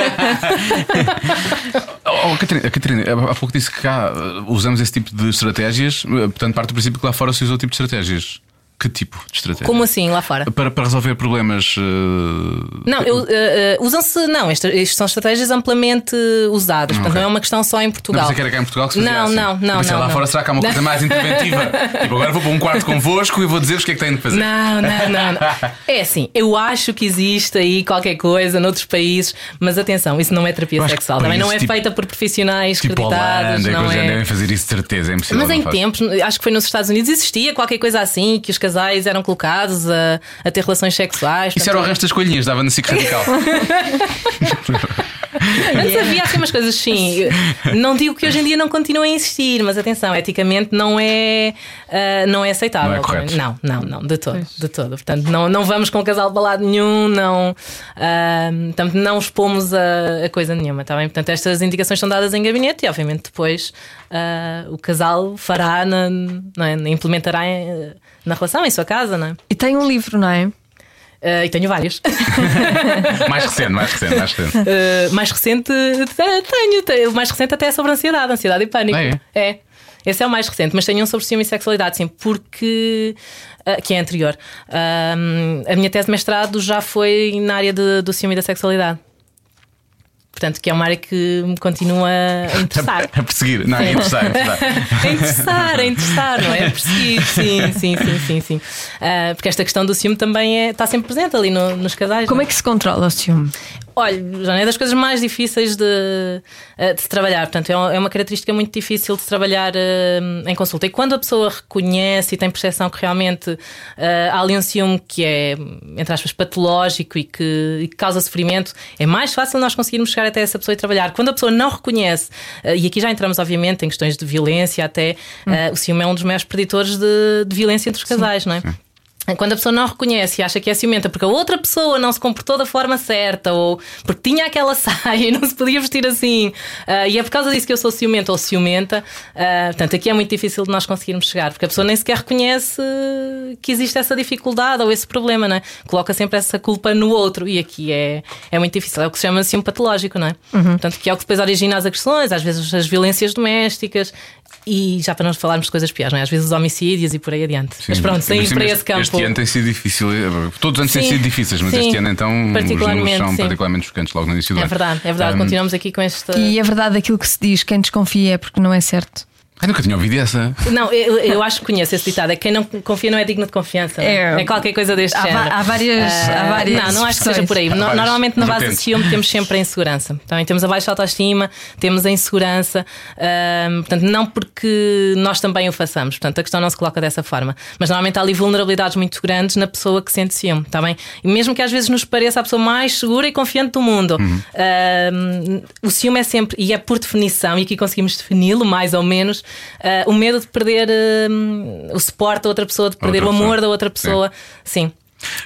Speaker 6: Oh, oh, Catarina, Catarina, há pouco disse que cá eh, usamos esse tipo de estratégias, eh, portanto, parte do princípio que lá fora se usa o tipo de estratégias. Que tipo de estratégia?
Speaker 4: Como assim, lá fora?
Speaker 6: Para, para resolver problemas. eh,
Speaker 4: Não, eu, eh, eh, usam-se. Não, isto, isto são estratégias amplamente usadas. Portanto,
Speaker 6: ok.
Speaker 4: não é uma questão só em
Speaker 6: Não
Speaker 4: Portugal.
Speaker 6: pensei que era cá em Portugal que se fazia
Speaker 4: Não,
Speaker 6: assim. Eu
Speaker 4: não, não,
Speaker 6: pensei
Speaker 4: não,
Speaker 6: lá
Speaker 4: não.
Speaker 6: fora será que há uma coisa mais interventiva? tipo, agora vou para um quarto convosco e vou dizer-vos o que é que têm de fazer.
Speaker 4: Não, não, não, não. É assim, eu acho que existe aí qualquer coisa noutros países, mas atenção, isso não é
Speaker 6: Eu
Speaker 4: terapia
Speaker 6: acho que
Speaker 4: sexual. Também não é
Speaker 6: países tipo-
Speaker 4: feita por profissionais
Speaker 6: Tipo
Speaker 4: acreditados.
Speaker 6: Holanda,
Speaker 4: não
Speaker 6: coisa,
Speaker 4: é.
Speaker 6: devem fazer isso de certeza, é impossível.
Speaker 4: Mas
Speaker 6: não
Speaker 4: em
Speaker 6: faz.
Speaker 4: tempos, acho que foi nos Estados Unidos, existia qualquer coisa assim, que os casais eram colocados a, a ter relações sexuais.
Speaker 6: Isso era o resto das colhinhas, dava no ciclo radical.
Speaker 4: Antes havia assim umas coisas, sim. Não digo que hoje em dia não continuem a existir, mas atenção, eticamente não é, ah, não é aceitável.
Speaker 6: Não é correto.
Speaker 4: não, não, não, de todo, de todo. Portanto, não, não vamos com o casal para lado nenhum, não, ah, portanto, não expomos a, a coisa nenhuma, está bem? Portanto, estas indicações são dadas em gabinete e, obviamente, depois ah, o casal fará, na, não é? implementará em- na relação, em sua casa, não é?
Speaker 3: E tem um livro, não é?
Speaker 4: Ah, e tenho vários.
Speaker 6: mais recente, mais recente, mais recente.
Speaker 4: Uh, mais recente eh, tenho, tenho. O mais recente até é sobre ansiedade, ansiedade e pânico.
Speaker 6: Ah, é?
Speaker 4: Esse é o mais recente, mas tenho um sobre ciúme e sexualidade, sim, porque. ah, que é anterior. Ahm, a minha tese de mestrado já foi na área de- do ciúme e da sexualidade. Portanto, que é uma área que me continua a interessar.
Speaker 6: A perseguir. Não, é interessar, é interessar.
Speaker 4: A interessar, a interessar, não é? A perseguir, sim, sim, sim, sim. sim. Ah, porque esta questão do ciúme também é- está sempre presente ali no- nos casais.
Speaker 3: Como
Speaker 4: não
Speaker 3: é que se controla o ciúme?
Speaker 4: Olha, já é das coisas mais difíceis de, eh, de se trabalhar. Portanto, é um- é uma característica muito difícil de se trabalhar eh, em consulta. E quando a pessoa reconhece e tem percepção que realmente eh, há ali um ciúme que é, entre aspas, patológico e que, e que causa sofrimento, é mais fácil nós conseguirmos chegar até essa pessoa e trabalhar. Quando a pessoa não reconhece, eh, e aqui já entramos, obviamente, em questões de violência, até eh, o ciúme é um dos maiores preditores de, de violência entre os casais, não é? Quando a pessoa não reconhece e acha que é ciumenta porque a outra pessoa não se comportou da forma certa ou porque tinha aquela saia e não se podia vestir assim, ah, e é por causa disso que eu sou ciumenta ou ciumenta, ah, portanto, aqui é muito difícil de nós conseguirmos chegar porque a pessoa nem sequer reconhece que existe essa dificuldade ou esse problema, não é? Coloca sempre essa culpa no outro e aqui é, é muito difícil. É o que se chama ciúme patológico, não é? Portanto, que é o que depois origina as agressões, às vezes as violências domésticas. E já para não falarmos de coisas piores, não é? Às vezes os homicídios e por aí adiante. Mas pronto,
Speaker 2: Ainda
Speaker 4: saímos
Speaker 2: por cima
Speaker 4: para
Speaker 2: este-
Speaker 4: esse campo.
Speaker 2: Este ano tem sido difícil. eh, Todos os anos têm
Speaker 4: Sim,
Speaker 2: sido difíceis, mas
Speaker 4: sim.
Speaker 2: este ano então os números
Speaker 4: Particularmente,
Speaker 2: são
Speaker 4: sim.
Speaker 2: particularmente chocantes logo no início do
Speaker 4: É
Speaker 2: ano.
Speaker 4: verdade, é verdade.
Speaker 2: Ahm,
Speaker 4: Continuamos aqui com este.
Speaker 3: E é verdade aquilo que se diz: quem desconfia é porque não é certo.
Speaker 2: Ai, nunca tinha ouvido essa.
Speaker 4: Não, eu, eu acho que conheço esse ditado. É que quem não confia não é digno de confiança. não É,
Speaker 3: É.
Speaker 4: É qualquer coisa deste
Speaker 3: Há, va-
Speaker 4: género.
Speaker 3: há várias.
Speaker 4: Ah,
Speaker 3: há várias
Speaker 4: não, não acho que seja
Speaker 3: expressões.
Speaker 4: por aí.
Speaker 2: Há
Speaker 4: No-
Speaker 2: várias
Speaker 4: normalmente na base de
Speaker 2: vertentes.
Speaker 4: ciúme temos sempre a insegurança. Também temos a baixa autoestima, temos a insegurança. ahm, portanto, não porque nós também o façamos. Portanto, a questão não se coloca dessa forma. Mas normalmente há ali vulnerabilidades muito grandes na pessoa que sente ciúme. Está bem? E mesmo que às vezes nos pareça a pessoa mais segura e confiante do mundo,
Speaker 2: Uhum.
Speaker 4: ahm, o ciúme é sempre, e é por definição, e aqui conseguimos defini-lo mais ou menos, ah, o medo de perder ahm, o suporte da outra pessoa, de perder o
Speaker 2: pessoa. É.
Speaker 4: amor da outra pessoa. Sim.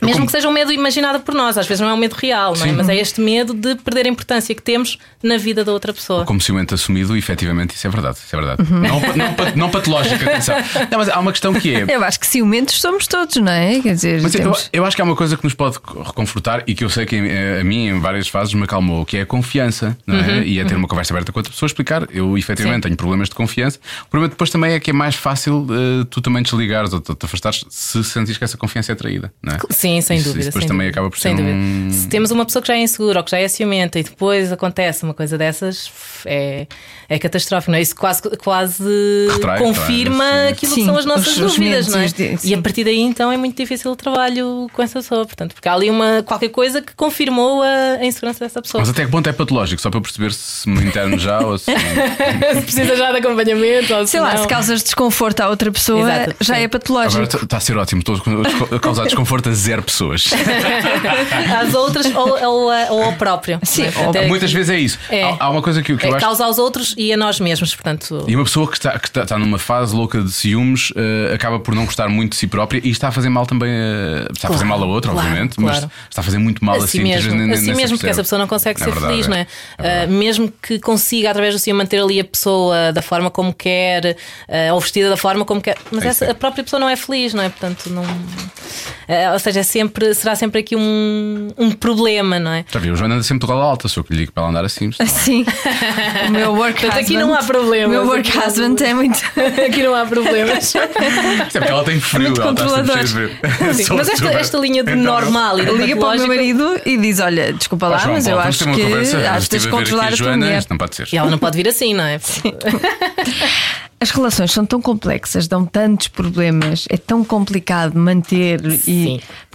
Speaker 4: Mesmo
Speaker 2: como-
Speaker 4: que seja um medo imaginado por nós, às vezes não é um medo real, não é?
Speaker 2: Sim.
Speaker 4: mas é este medo de perder a importância que temos na vida da outra pessoa.
Speaker 2: Como ciumento assumido, efetivamente, isso é verdade. Isso é verdade.
Speaker 4: Uhum.
Speaker 2: Não, pa- não, pa- não patológica, atenção. Não, mas há uma questão que é.
Speaker 3: Eu acho que ciumentos somos todos, não é? Quer dizer,
Speaker 2: Mas então, eu,
Speaker 3: temos-
Speaker 2: eu acho que há uma coisa que nos pode reconfortar e que eu sei que eh, a mim, em várias fases, me acalmou, que é a confiança, não é? E é ter uma conversa aberta com outra pessoa, explicar. Eu, efetivamente, tenho problemas de confiança. O problema depois também é que é mais fácil eh, tu também desligares ou te te afastares se sentires que essa confiança é traída, não é?
Speaker 4: Sim, sem
Speaker 2: Isso-
Speaker 4: dúvida.
Speaker 2: Isso depois
Speaker 4: sem
Speaker 2: também
Speaker 4: dúvida.
Speaker 2: acaba por ser
Speaker 4: Sem dúvida.
Speaker 2: um-
Speaker 4: Se temos uma pessoa que já é insegura ou que já é ciumenta e depois acontece uma coisa dessas, é, é catastrófico, não é? Isso quase, quase
Speaker 2: Retrai,
Speaker 4: confirma
Speaker 2: retrai, sim.
Speaker 4: aquilo que
Speaker 3: Sim,
Speaker 4: são as nossas
Speaker 3: os- os
Speaker 4: dúvidas, não é?
Speaker 3: medos e os de-
Speaker 4: e a
Speaker 3: sim.
Speaker 4: partir daí então é muito difícil o trabalho com essa pessoa, portanto, porque há ali uma, qualquer coisa que confirmou a, a insegurança dessa pessoa.
Speaker 2: Mas até que ponto é patológico? Só para eu perceber se me interno já ou se.
Speaker 4: se precisa já de acompanhamento ou
Speaker 3: Sei lá,
Speaker 4: não.
Speaker 3: se causas desconforto à outra pessoa,
Speaker 4: Exato,
Speaker 3: já
Speaker 4: sim.
Speaker 3: é patológico.
Speaker 2: Agora está a ser ótimo, estou a causar desconforto a zero pessoas.
Speaker 4: às outras ou, ou, a- ou ao próprio.
Speaker 3: Sim,
Speaker 4: Portanto, é-
Speaker 2: Muitas vezes é isso.
Speaker 4: É.
Speaker 2: Há, há uma coisa que, que eu
Speaker 4: é
Speaker 2: acho.
Speaker 4: causa aos outros e a nós mesmos, portanto.
Speaker 2: E uma pessoa que está, que está, está numa fase louca de ciúmes eh, acaba por não gostar muito de si própria e está a fazer mal também. eh, está a fazer mal a outra,
Speaker 4: claro,
Speaker 2: obviamente,
Speaker 4: claro.
Speaker 2: mas está a fazer muito mal
Speaker 4: a si
Speaker 2: muitas vezes
Speaker 4: assim mesmo,
Speaker 2: nem-
Speaker 4: a
Speaker 2: nem-
Speaker 4: si
Speaker 2: nem se
Speaker 4: mesmo porque
Speaker 2: percebe.
Speaker 4: essa pessoa não consegue
Speaker 2: É
Speaker 4: ser
Speaker 2: verdade,
Speaker 4: feliz, não é?
Speaker 2: É verdade.
Speaker 4: Ah, mesmo que consiga, através do si, manter ali a pessoa da forma como quer, ah, ou vestida da forma como quer, mas
Speaker 2: É isso
Speaker 4: essa,
Speaker 2: aí.
Speaker 4: a própria pessoa não é feliz, não é? Portanto, não. ah, ou seja, é sempre, será sempre aqui um, um problema, não é?
Speaker 2: Já viu, o Joana anda sempre de gola alta, se eu que lhe digo para ela andar assim. está-
Speaker 3: Sim. O meu work husband.
Speaker 4: Portanto, aqui não há problemas.
Speaker 3: O meu work
Speaker 4: Aqui não há
Speaker 3: husband é muito.
Speaker 4: Aqui não há problemas.
Speaker 2: Isto é porque ela tem frio,
Speaker 3: muito
Speaker 2: ela está sempre cheia
Speaker 3: controlador.
Speaker 2: de frio.
Speaker 4: Sim,
Speaker 2: Sou
Speaker 4: mas esta,
Speaker 2: super-
Speaker 4: esta linha de
Speaker 2: Então,
Speaker 4: normal e de
Speaker 3: Liga para o meu
Speaker 4: patológico-
Speaker 3: marido e diz: Olha, desculpa
Speaker 2: Pá,
Speaker 3: lá,
Speaker 2: João
Speaker 3: mas eu
Speaker 2: Paulo, vamos
Speaker 3: acho
Speaker 2: ter uma
Speaker 3: que
Speaker 2: conversa. Eu
Speaker 3: acho que tens
Speaker 2: estive
Speaker 3: de
Speaker 2: a ver
Speaker 3: controlar
Speaker 2: aqui
Speaker 3: a tua
Speaker 2: Joana,
Speaker 3: mulher.
Speaker 2: Isto não pode ser.
Speaker 4: E ela não pode vir assim, não é?
Speaker 3: As relações são tão complexas, dão tantos problemas, é tão complicado manter
Speaker 4: Sim.
Speaker 3: e.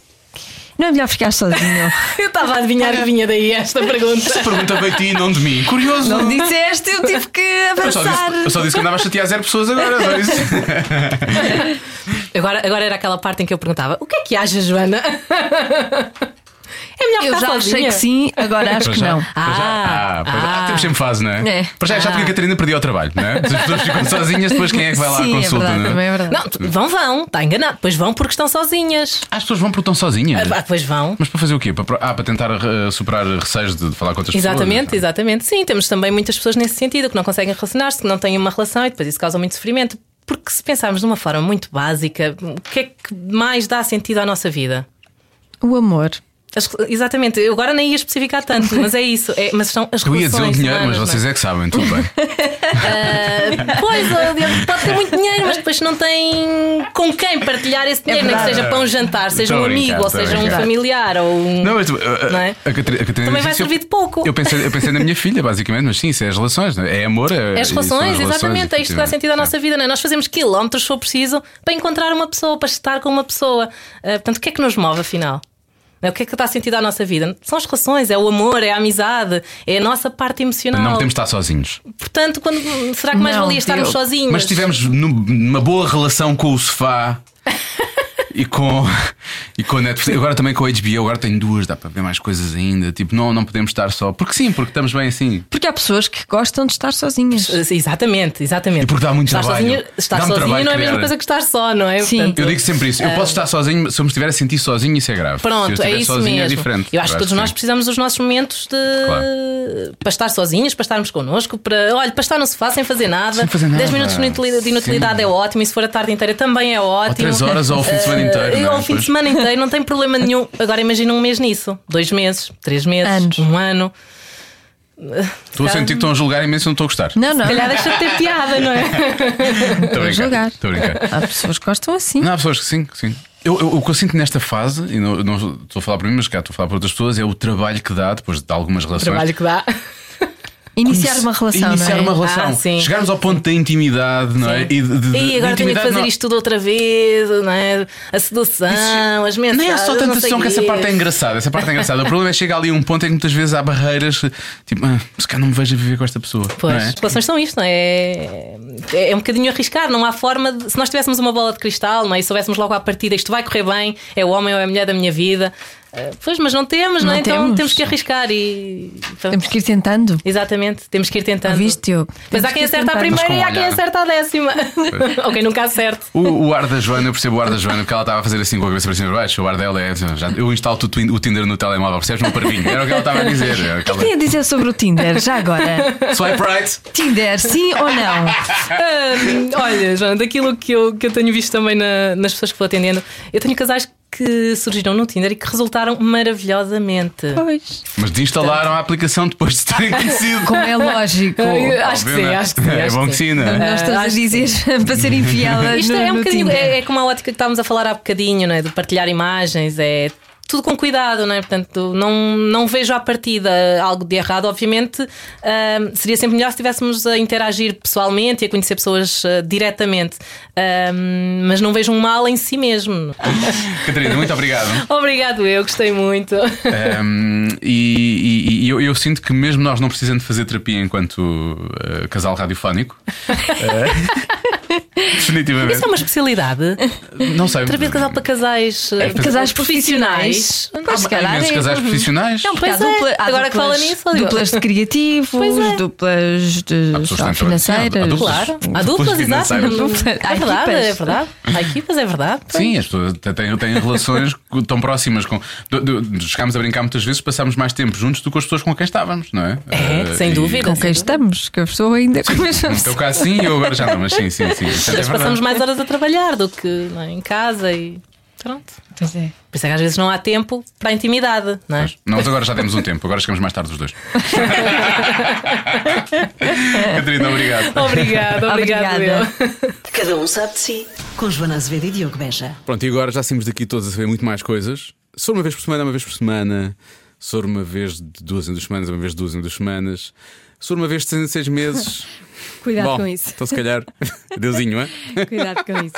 Speaker 3: Não é melhor ficar sozinho.
Speaker 4: Eu estava a adivinhar que vinha daí esta pergunta.
Speaker 2: Essa pergunta veio a ti e não de mim. Curioso.
Speaker 3: não me disseste, eu tive que
Speaker 2: eu, só disse,
Speaker 3: avançar.
Speaker 2: eu só disse que andava a chatear zero pessoas agora. Só isso.
Speaker 4: Agora, agora era aquela parte em que eu perguntava: o que é que acha, Joana? É melhor
Speaker 3: Eu
Speaker 4: ficar
Speaker 3: já tá achei
Speaker 4: sozinha.
Speaker 3: que sim, agora acho
Speaker 2: Para
Speaker 3: que
Speaker 2: já,
Speaker 3: não.
Speaker 2: para já.
Speaker 4: Ah,
Speaker 2: Ah, para já.
Speaker 4: ah.
Speaker 2: Ah, temos sempre fase, não é?
Speaker 3: É.
Speaker 2: Para já, já porque a Catarina perdeu o trabalho, não é? Se as pessoas ficam sozinhas, depois quem é que vai lá à
Speaker 3: sim,
Speaker 2: consulta,
Speaker 3: é verdade,
Speaker 2: não é?
Speaker 3: também é verdade.
Speaker 4: Não, tu- vão, vão, está enganado. Pois vão porque estão sozinhas.
Speaker 2: Ah, As pessoas vão porque estão sozinhas.
Speaker 4: Ah, pois vão.
Speaker 2: Mas para fazer o quê? Para, ah, para tentar eh, superar receios de, de falar com outras
Speaker 4: Exatamente,
Speaker 2: pessoas. então.
Speaker 4: exatamente. Sim, temos também muitas pessoas nesse sentido que não conseguem relacionar-se, que não têm uma relação e depois isso causa muito sofrimento. Porque se pensarmos de uma forma muito básica, o que é que mais dá sentido à nossa vida?
Speaker 3: O amor.
Speaker 4: As- exatamente, eu agora nem ia especificar tanto, mas é isso. É- mas são as
Speaker 2: Eu ia dizer o
Speaker 4: relações
Speaker 2: dinheiro, mas
Speaker 4: humanas, não é?
Speaker 2: vocês é que sabem, tudo bem.
Speaker 4: Pois, ó, Diogo, pode ter muito dinheiro, mas depois não tem com quem partilhar esse dinheiro, nem que seja para um jantar, seja
Speaker 2: Tô
Speaker 4: um
Speaker 2: a brincar,
Speaker 4: amigo, ou
Speaker 2: tô a
Speaker 4: seja um
Speaker 2: brincar.
Speaker 4: familiar, ou um.
Speaker 2: Não, mas, uh, uh,
Speaker 4: Não é?
Speaker 2: a Catarina, a Catarina
Speaker 4: Também
Speaker 2: disse,
Speaker 4: vai
Speaker 2: eu-
Speaker 4: servir de pouco.
Speaker 2: Eu pensei, eu pensei na minha filha, basicamente, mas sim, isso é as relações, não é É amor, é.
Speaker 4: É as relações,
Speaker 2: isso são as
Speaker 4: exatamente, é isto que dá
Speaker 2: efetivamente.
Speaker 4: sentido à nossa vida, não é? Nós fazemos quilómetros, se for preciso, para encontrar uma pessoa, para estar com uma pessoa. Ah, portanto, o que é que nos move, afinal? Não é? O que é que dá sentido à nossa vida? São as relações, é o amor, é a amizade, é a nossa parte emocional.
Speaker 2: Não podemos estar sozinhos.
Speaker 4: Portanto, quando, será que mais
Speaker 3: Não,
Speaker 4: valia estarmos
Speaker 3: Diogo.
Speaker 4: sozinhos?
Speaker 2: Mas se tivermos num- numa boa relação com o sofá
Speaker 6: E com, e com Netflix. Agora também com a HBO, agora tenho duas, dá para ver mais coisas ainda. Tipo, não, não podemos estar só. Porque sim, porque estamos bem assim.
Speaker 3: Porque há pessoas que gostam de estar sozinhas.
Speaker 4: Exatamente, exatamente.
Speaker 6: E porque dá muito
Speaker 4: estar
Speaker 6: trabalho.
Speaker 4: Sozinha, estar
Speaker 6: Dá-me
Speaker 4: sozinha
Speaker 6: trabalho
Speaker 4: não é a
Speaker 6: criar.
Speaker 4: mesma coisa que estar só, não é?
Speaker 3: Sim.
Speaker 6: Eu digo sempre isso. Eu posso estar sozinho, se eu me estiver a sentir sozinho, isso é grave. se eu
Speaker 4: Ah. Pronto, é
Speaker 6: estiver
Speaker 4: isso
Speaker 6: sozinho,
Speaker 4: mesmo.
Speaker 6: é diferente.
Speaker 4: Eu acho que todos nós
Speaker 6: sim.
Speaker 4: precisamos dos nossos momentos de para estar sozinhos, para estarmos connosco, para olha, para estar no sofá sem fazer nada.
Speaker 6: Sem fazer nada.
Speaker 4: 10 minutos de inutilidade, de inutilidade
Speaker 6: Sim.
Speaker 4: é ótimo, e se for a tarde inteira também é ótimo.
Speaker 6: três horas, ou o fim de semana
Speaker 4: Eh,
Speaker 6: inteiro, não é?
Speaker 4: Ou o fim de
Speaker 6: Pois.
Speaker 4: semana inteiro, não tem problema nenhum. Agora imagina um mês nisso, dois meses, três meses,
Speaker 3: Anos.
Speaker 4: um ano.
Speaker 6: Estou a sentir que estão a julgar imenso e não estou a gostar.
Speaker 3: Não, não.
Speaker 4: Se calhar deixa de ter piada, não é?
Speaker 6: Estou a brincar.
Speaker 3: julgar.
Speaker 6: Estou a brincar.
Speaker 3: Há pessoas que gostam assim.
Speaker 6: Não, há pessoas que sim, que sim. Eu, eu- o que eu sinto nesta fase, e não, não estou a falar para mim, mas cá estou a falar para outras pessoas, é o trabalho que dá depois de algumas relações.
Speaker 4: Trabalho que dá.
Speaker 3: Iniciar uma relação,
Speaker 6: Iniciar
Speaker 3: não é?
Speaker 6: uma relação.
Speaker 4: Ah, sim.
Speaker 6: Chegarmos ao ponto da intimidade, não é? E, de- de-
Speaker 4: E agora
Speaker 6: de
Speaker 4: tenho que
Speaker 6: intimidade
Speaker 4: fazer
Speaker 6: não-
Speaker 4: isto tudo outra vez, não é? A sedução, as mensagens.
Speaker 6: Nem é só
Speaker 4: não
Speaker 6: tanta
Speaker 4: sei
Speaker 6: sessão que essa
Speaker 4: quê.
Speaker 6: parte é engraçada. Essa parte é engraçada. O problema é que chega ali um ponto em que muitas vezes há barreiras, tipo, ah, se calhar não me vejo a viver com esta pessoa.
Speaker 4: Pois,
Speaker 6: não é?
Speaker 4: as relações são isto, não é? É é um bocadinho arriscar, não há forma de. Se nós tivéssemos uma bola de cristal, não é? E soubéssemos logo à partida isto vai correr bem, é o homem ou é a mulher da minha vida. Eh, Pois, mas não temos, não, é?
Speaker 3: Não
Speaker 4: Então
Speaker 3: temos.
Speaker 4: temos que arriscar e. então,
Speaker 3: Temos que ir tentando.
Speaker 4: Exatamente, temos que ir tentando.
Speaker 3: Ouviste, Diogo?
Speaker 4: Mas
Speaker 3: Temos
Speaker 4: há quem
Speaker 3: que ir
Speaker 4: acerta à
Speaker 3: tentando.
Speaker 6: Mas
Speaker 4: primeira
Speaker 6: com
Speaker 4: e
Speaker 6: um
Speaker 4: há quem
Speaker 6: olhar.
Speaker 4: acerta à décima. ou quem nunca acerte.
Speaker 6: O, o ar da Joana, eu percebo o ar da Joana, porque ela estava a fazer assim com a cabeça para cima e para baixo. O ar dela é. já- eu instalo o, Twin- o Tinder no telemóvel, percebes? Meu parvinho. Era o que ela estava a dizer. Era
Speaker 3: O que é que
Speaker 6: aquela-
Speaker 3: ia dizer sobre o Tinder, já agora?
Speaker 6: Swipe right.
Speaker 3: Tinder, sim ou não?
Speaker 4: Hum, olha, Joana, daquilo que eu, que eu tenho visto também na- nas pessoas que vou atendendo, eu tenho casais que surgiram no Tinder e que resultaram maravilhosamente.
Speaker 3: Pois.
Speaker 6: Mas desinstalaram a aplicação depois de terem conhecido.
Speaker 3: Como é lógico.
Speaker 4: Eu Ah, acho que
Speaker 6: Óbvio,
Speaker 4: sim,
Speaker 6: né?
Speaker 4: acho que sim.
Speaker 6: É
Speaker 4: acho
Speaker 6: bom que
Speaker 4: sim.
Speaker 6: sim, não é?
Speaker 3: Nós estamos a dizer para ser infiel
Speaker 4: Isto
Speaker 3: Ah, no,
Speaker 4: é um
Speaker 3: no
Speaker 4: bocadinho,
Speaker 3: Tinder.
Speaker 4: é, é como a ótica que estávamos a falar há bocadinho, não é? De partilhar imagens, é tudo com cuidado, não é? Portanto, não, não vejo à partida algo de errado. Obviamente, ahm, seria sempre melhor se estivéssemos a interagir pessoalmente e a conhecer pessoas ah, diretamente, Ahm, mas não vejo um mal em si mesmo.
Speaker 6: Catarina, muito obrigado.
Speaker 4: Obrigado, eu gostei
Speaker 3: É
Speaker 4: muito.
Speaker 6: Um, e e- e eu, eu sinto que mesmo nós não precisando de fazer terapia enquanto uh, casal radiofónico. uh, definitivamente.
Speaker 4: Isso é uma especialidade.
Speaker 6: Não sei.
Speaker 4: Terapia de casal para casais, ah,
Speaker 3: Casais profissionais. Pois, se
Speaker 6: Há
Speaker 3: calhar
Speaker 6: imensos
Speaker 3: é.
Speaker 6: casais profissionais.
Speaker 4: Não,
Speaker 3: Há
Speaker 4: pois é.
Speaker 3: dupla- há
Speaker 4: Agora que fala
Speaker 3: duplas-
Speaker 4: nisso, eu digo-
Speaker 3: duplas de criativos,
Speaker 4: Pois é.
Speaker 3: duplas
Speaker 6: Há
Speaker 3: de
Speaker 6: pessoas que
Speaker 3: só
Speaker 6: têm
Speaker 3: financeiras.
Speaker 6: trabalho. Sim, há- há
Speaker 4: Claro, há duplas, exato.
Speaker 6: financeiras.
Speaker 4: É verdade, é verdade. Há equipas, é verdade.
Speaker 6: Sim, as pessoas até têm, têm relações co- tão próximas com. do- do- chegámos a brincar muitas vezes, passámos mais tempo juntos do que as pessoas com quem estávamos, não é?
Speaker 4: É,
Speaker 6: Uh,
Speaker 4: sem
Speaker 6: e-
Speaker 4: dúvida.
Speaker 3: Com quem estamos, que a pessoa ainda começa a
Speaker 6: No teu caso, sim, eu agora já não, mas sim, sim, sim. Portanto, é
Speaker 4: Nós
Speaker 6: verdade.
Speaker 4: passamos mais horas a trabalhar do que não é, em casa e pronto.
Speaker 3: Pois é.
Speaker 4: Por isso é que às vezes não há tempo para a intimidade, não é?
Speaker 6: Mas Nós agora já temos um tempo, agora chegamos mais tarde os dois. Catarina, obrigado.
Speaker 4: Obrigada, obrigada.
Speaker 3: Obrigada.
Speaker 4: eu.
Speaker 1: Cada um sabe de si. Com Joana Azevedo e Diogo Beja.
Speaker 2: Pronto, e agora já saímos daqui todos a saber muito mais coisas. Se for uma vez por semana, uma vez por semana. Se for uma vez de duas em duas semanas, uma vez de duas em duas semanas. Se for uma vez de seis em seis meses.
Speaker 7: Cuidado
Speaker 2: Bom,
Speaker 7: com isso.
Speaker 2: Então, se calhar, deusinho, é?
Speaker 7: Cuidado com isso.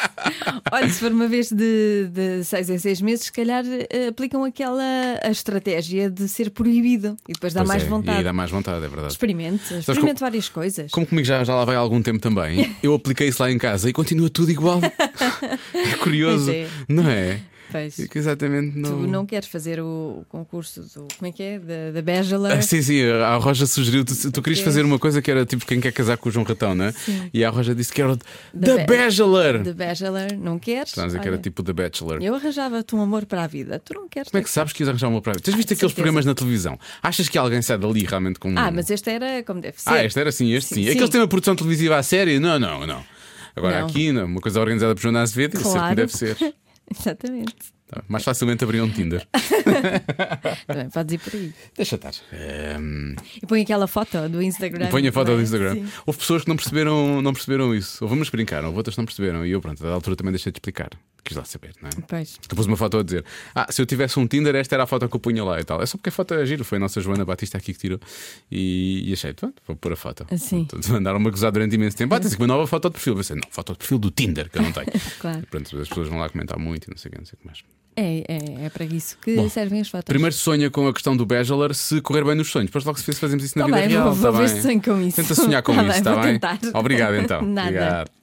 Speaker 7: Olha, se for uma vez de, de seis em seis meses, se calhar eh, aplicam aquela a estratégia de ser proibido e depois dá
Speaker 2: Pois
Speaker 7: mais
Speaker 2: é, E aí
Speaker 7: vontade.
Speaker 2: dá mais vontade, é verdade.
Speaker 7: Experimente,
Speaker 2: como-
Speaker 7: experimente várias coisas.
Speaker 2: Como comigo já, já lá vai há algum tempo também, eu apliquei isso lá em casa e continua tudo igual. É curioso,
Speaker 7: Pois é.
Speaker 2: não é?
Speaker 7: Pois.
Speaker 2: É que exatamente
Speaker 7: Tu
Speaker 2: não.
Speaker 7: não queres fazer o concurso do. Como é que é? Da, da Bachelor?
Speaker 2: Ah, sim, sim, a Roja sugeriu, tu, tu querias fazer uma coisa que era tipo quem quer casar com o João Ratão, não é? E a Roja disse que era o The
Speaker 7: The Ba-
Speaker 2: Bachelor.
Speaker 7: Da Bachelor, não queres?
Speaker 2: Estás a dizer que era
Speaker 7: Olha,
Speaker 2: tipo The Bachelor.
Speaker 7: Eu arranjava-te um amor para a vida. Tu não queres.
Speaker 2: Como é que sabes que ias arranjar uma praia? Tens visto
Speaker 7: Ah, de
Speaker 2: aqueles
Speaker 7: certeza.
Speaker 2: programas na televisão? Achas que alguém sai dali realmente com um.
Speaker 7: Ah, mas este era como deve ser.
Speaker 2: Ah, este era assim, este sim. Aqueles têm uma produção televisiva à série? Não, não, não. Agora
Speaker 7: Não.
Speaker 2: aqui, não, uma coisa organizada por Joana Azevedo, isso é o que
Speaker 7: Claro.
Speaker 2: deve ser.
Speaker 7: Exatamente.
Speaker 2: Tá, Mais facilmente abrir um Tinder.
Speaker 7: Também podes ir por aí.
Speaker 2: Deixa estar. Ehm,
Speaker 7: E põe aquela foto do Instagram.
Speaker 2: Põe a foto
Speaker 7: não é?
Speaker 2: do Instagram.
Speaker 7: Sim.
Speaker 2: Houve pessoas que não perceberam, não perceberam isso. Houve umas que brincaram, houve outras que não perceberam. E eu, pronto, da altura também deixei de explicar. Quis lá saber, não é?
Speaker 7: Pois.
Speaker 2: Tu pôs uma foto a dizer: Ah, se eu tivesse um Tinder, esta era a foto que eu punha lá e tal. É só porque a foto é giro. Foi a nossa Joana Batista aqui que tirou. E, e achei, pronto, vou pôr a foto.
Speaker 7: Sim.
Speaker 2: Portanto, Andaram-me a gozar durante imenso tempo. Ah, tens aqui uma nova foto de perfil. Eu pensei: Não, foto de perfil do Tinder, que eu não tenho.
Speaker 7: Claro.
Speaker 2: E Pronto, as pessoas vão lá comentar muito e não sei o que, não sei o que mais.
Speaker 7: É, é, é para isso que servem as fotos.
Speaker 2: Primeiro sonha com a questão do Bachelor, se correr bem nos sonhos. Depois logo se fazemos isso na
Speaker 7: Tá
Speaker 2: vida
Speaker 7: bem,
Speaker 2: real.
Speaker 7: vou- vou
Speaker 2: tá
Speaker 7: ver
Speaker 2: bem?
Speaker 7: se sonho com isso.
Speaker 2: Tenta sonhar com
Speaker 7: Tá
Speaker 2: isso,
Speaker 7: bem,
Speaker 2: está
Speaker 7: vou
Speaker 2: bem?
Speaker 7: tentar.
Speaker 2: Obrigado então.
Speaker 7: Nada.
Speaker 2: Obrigado.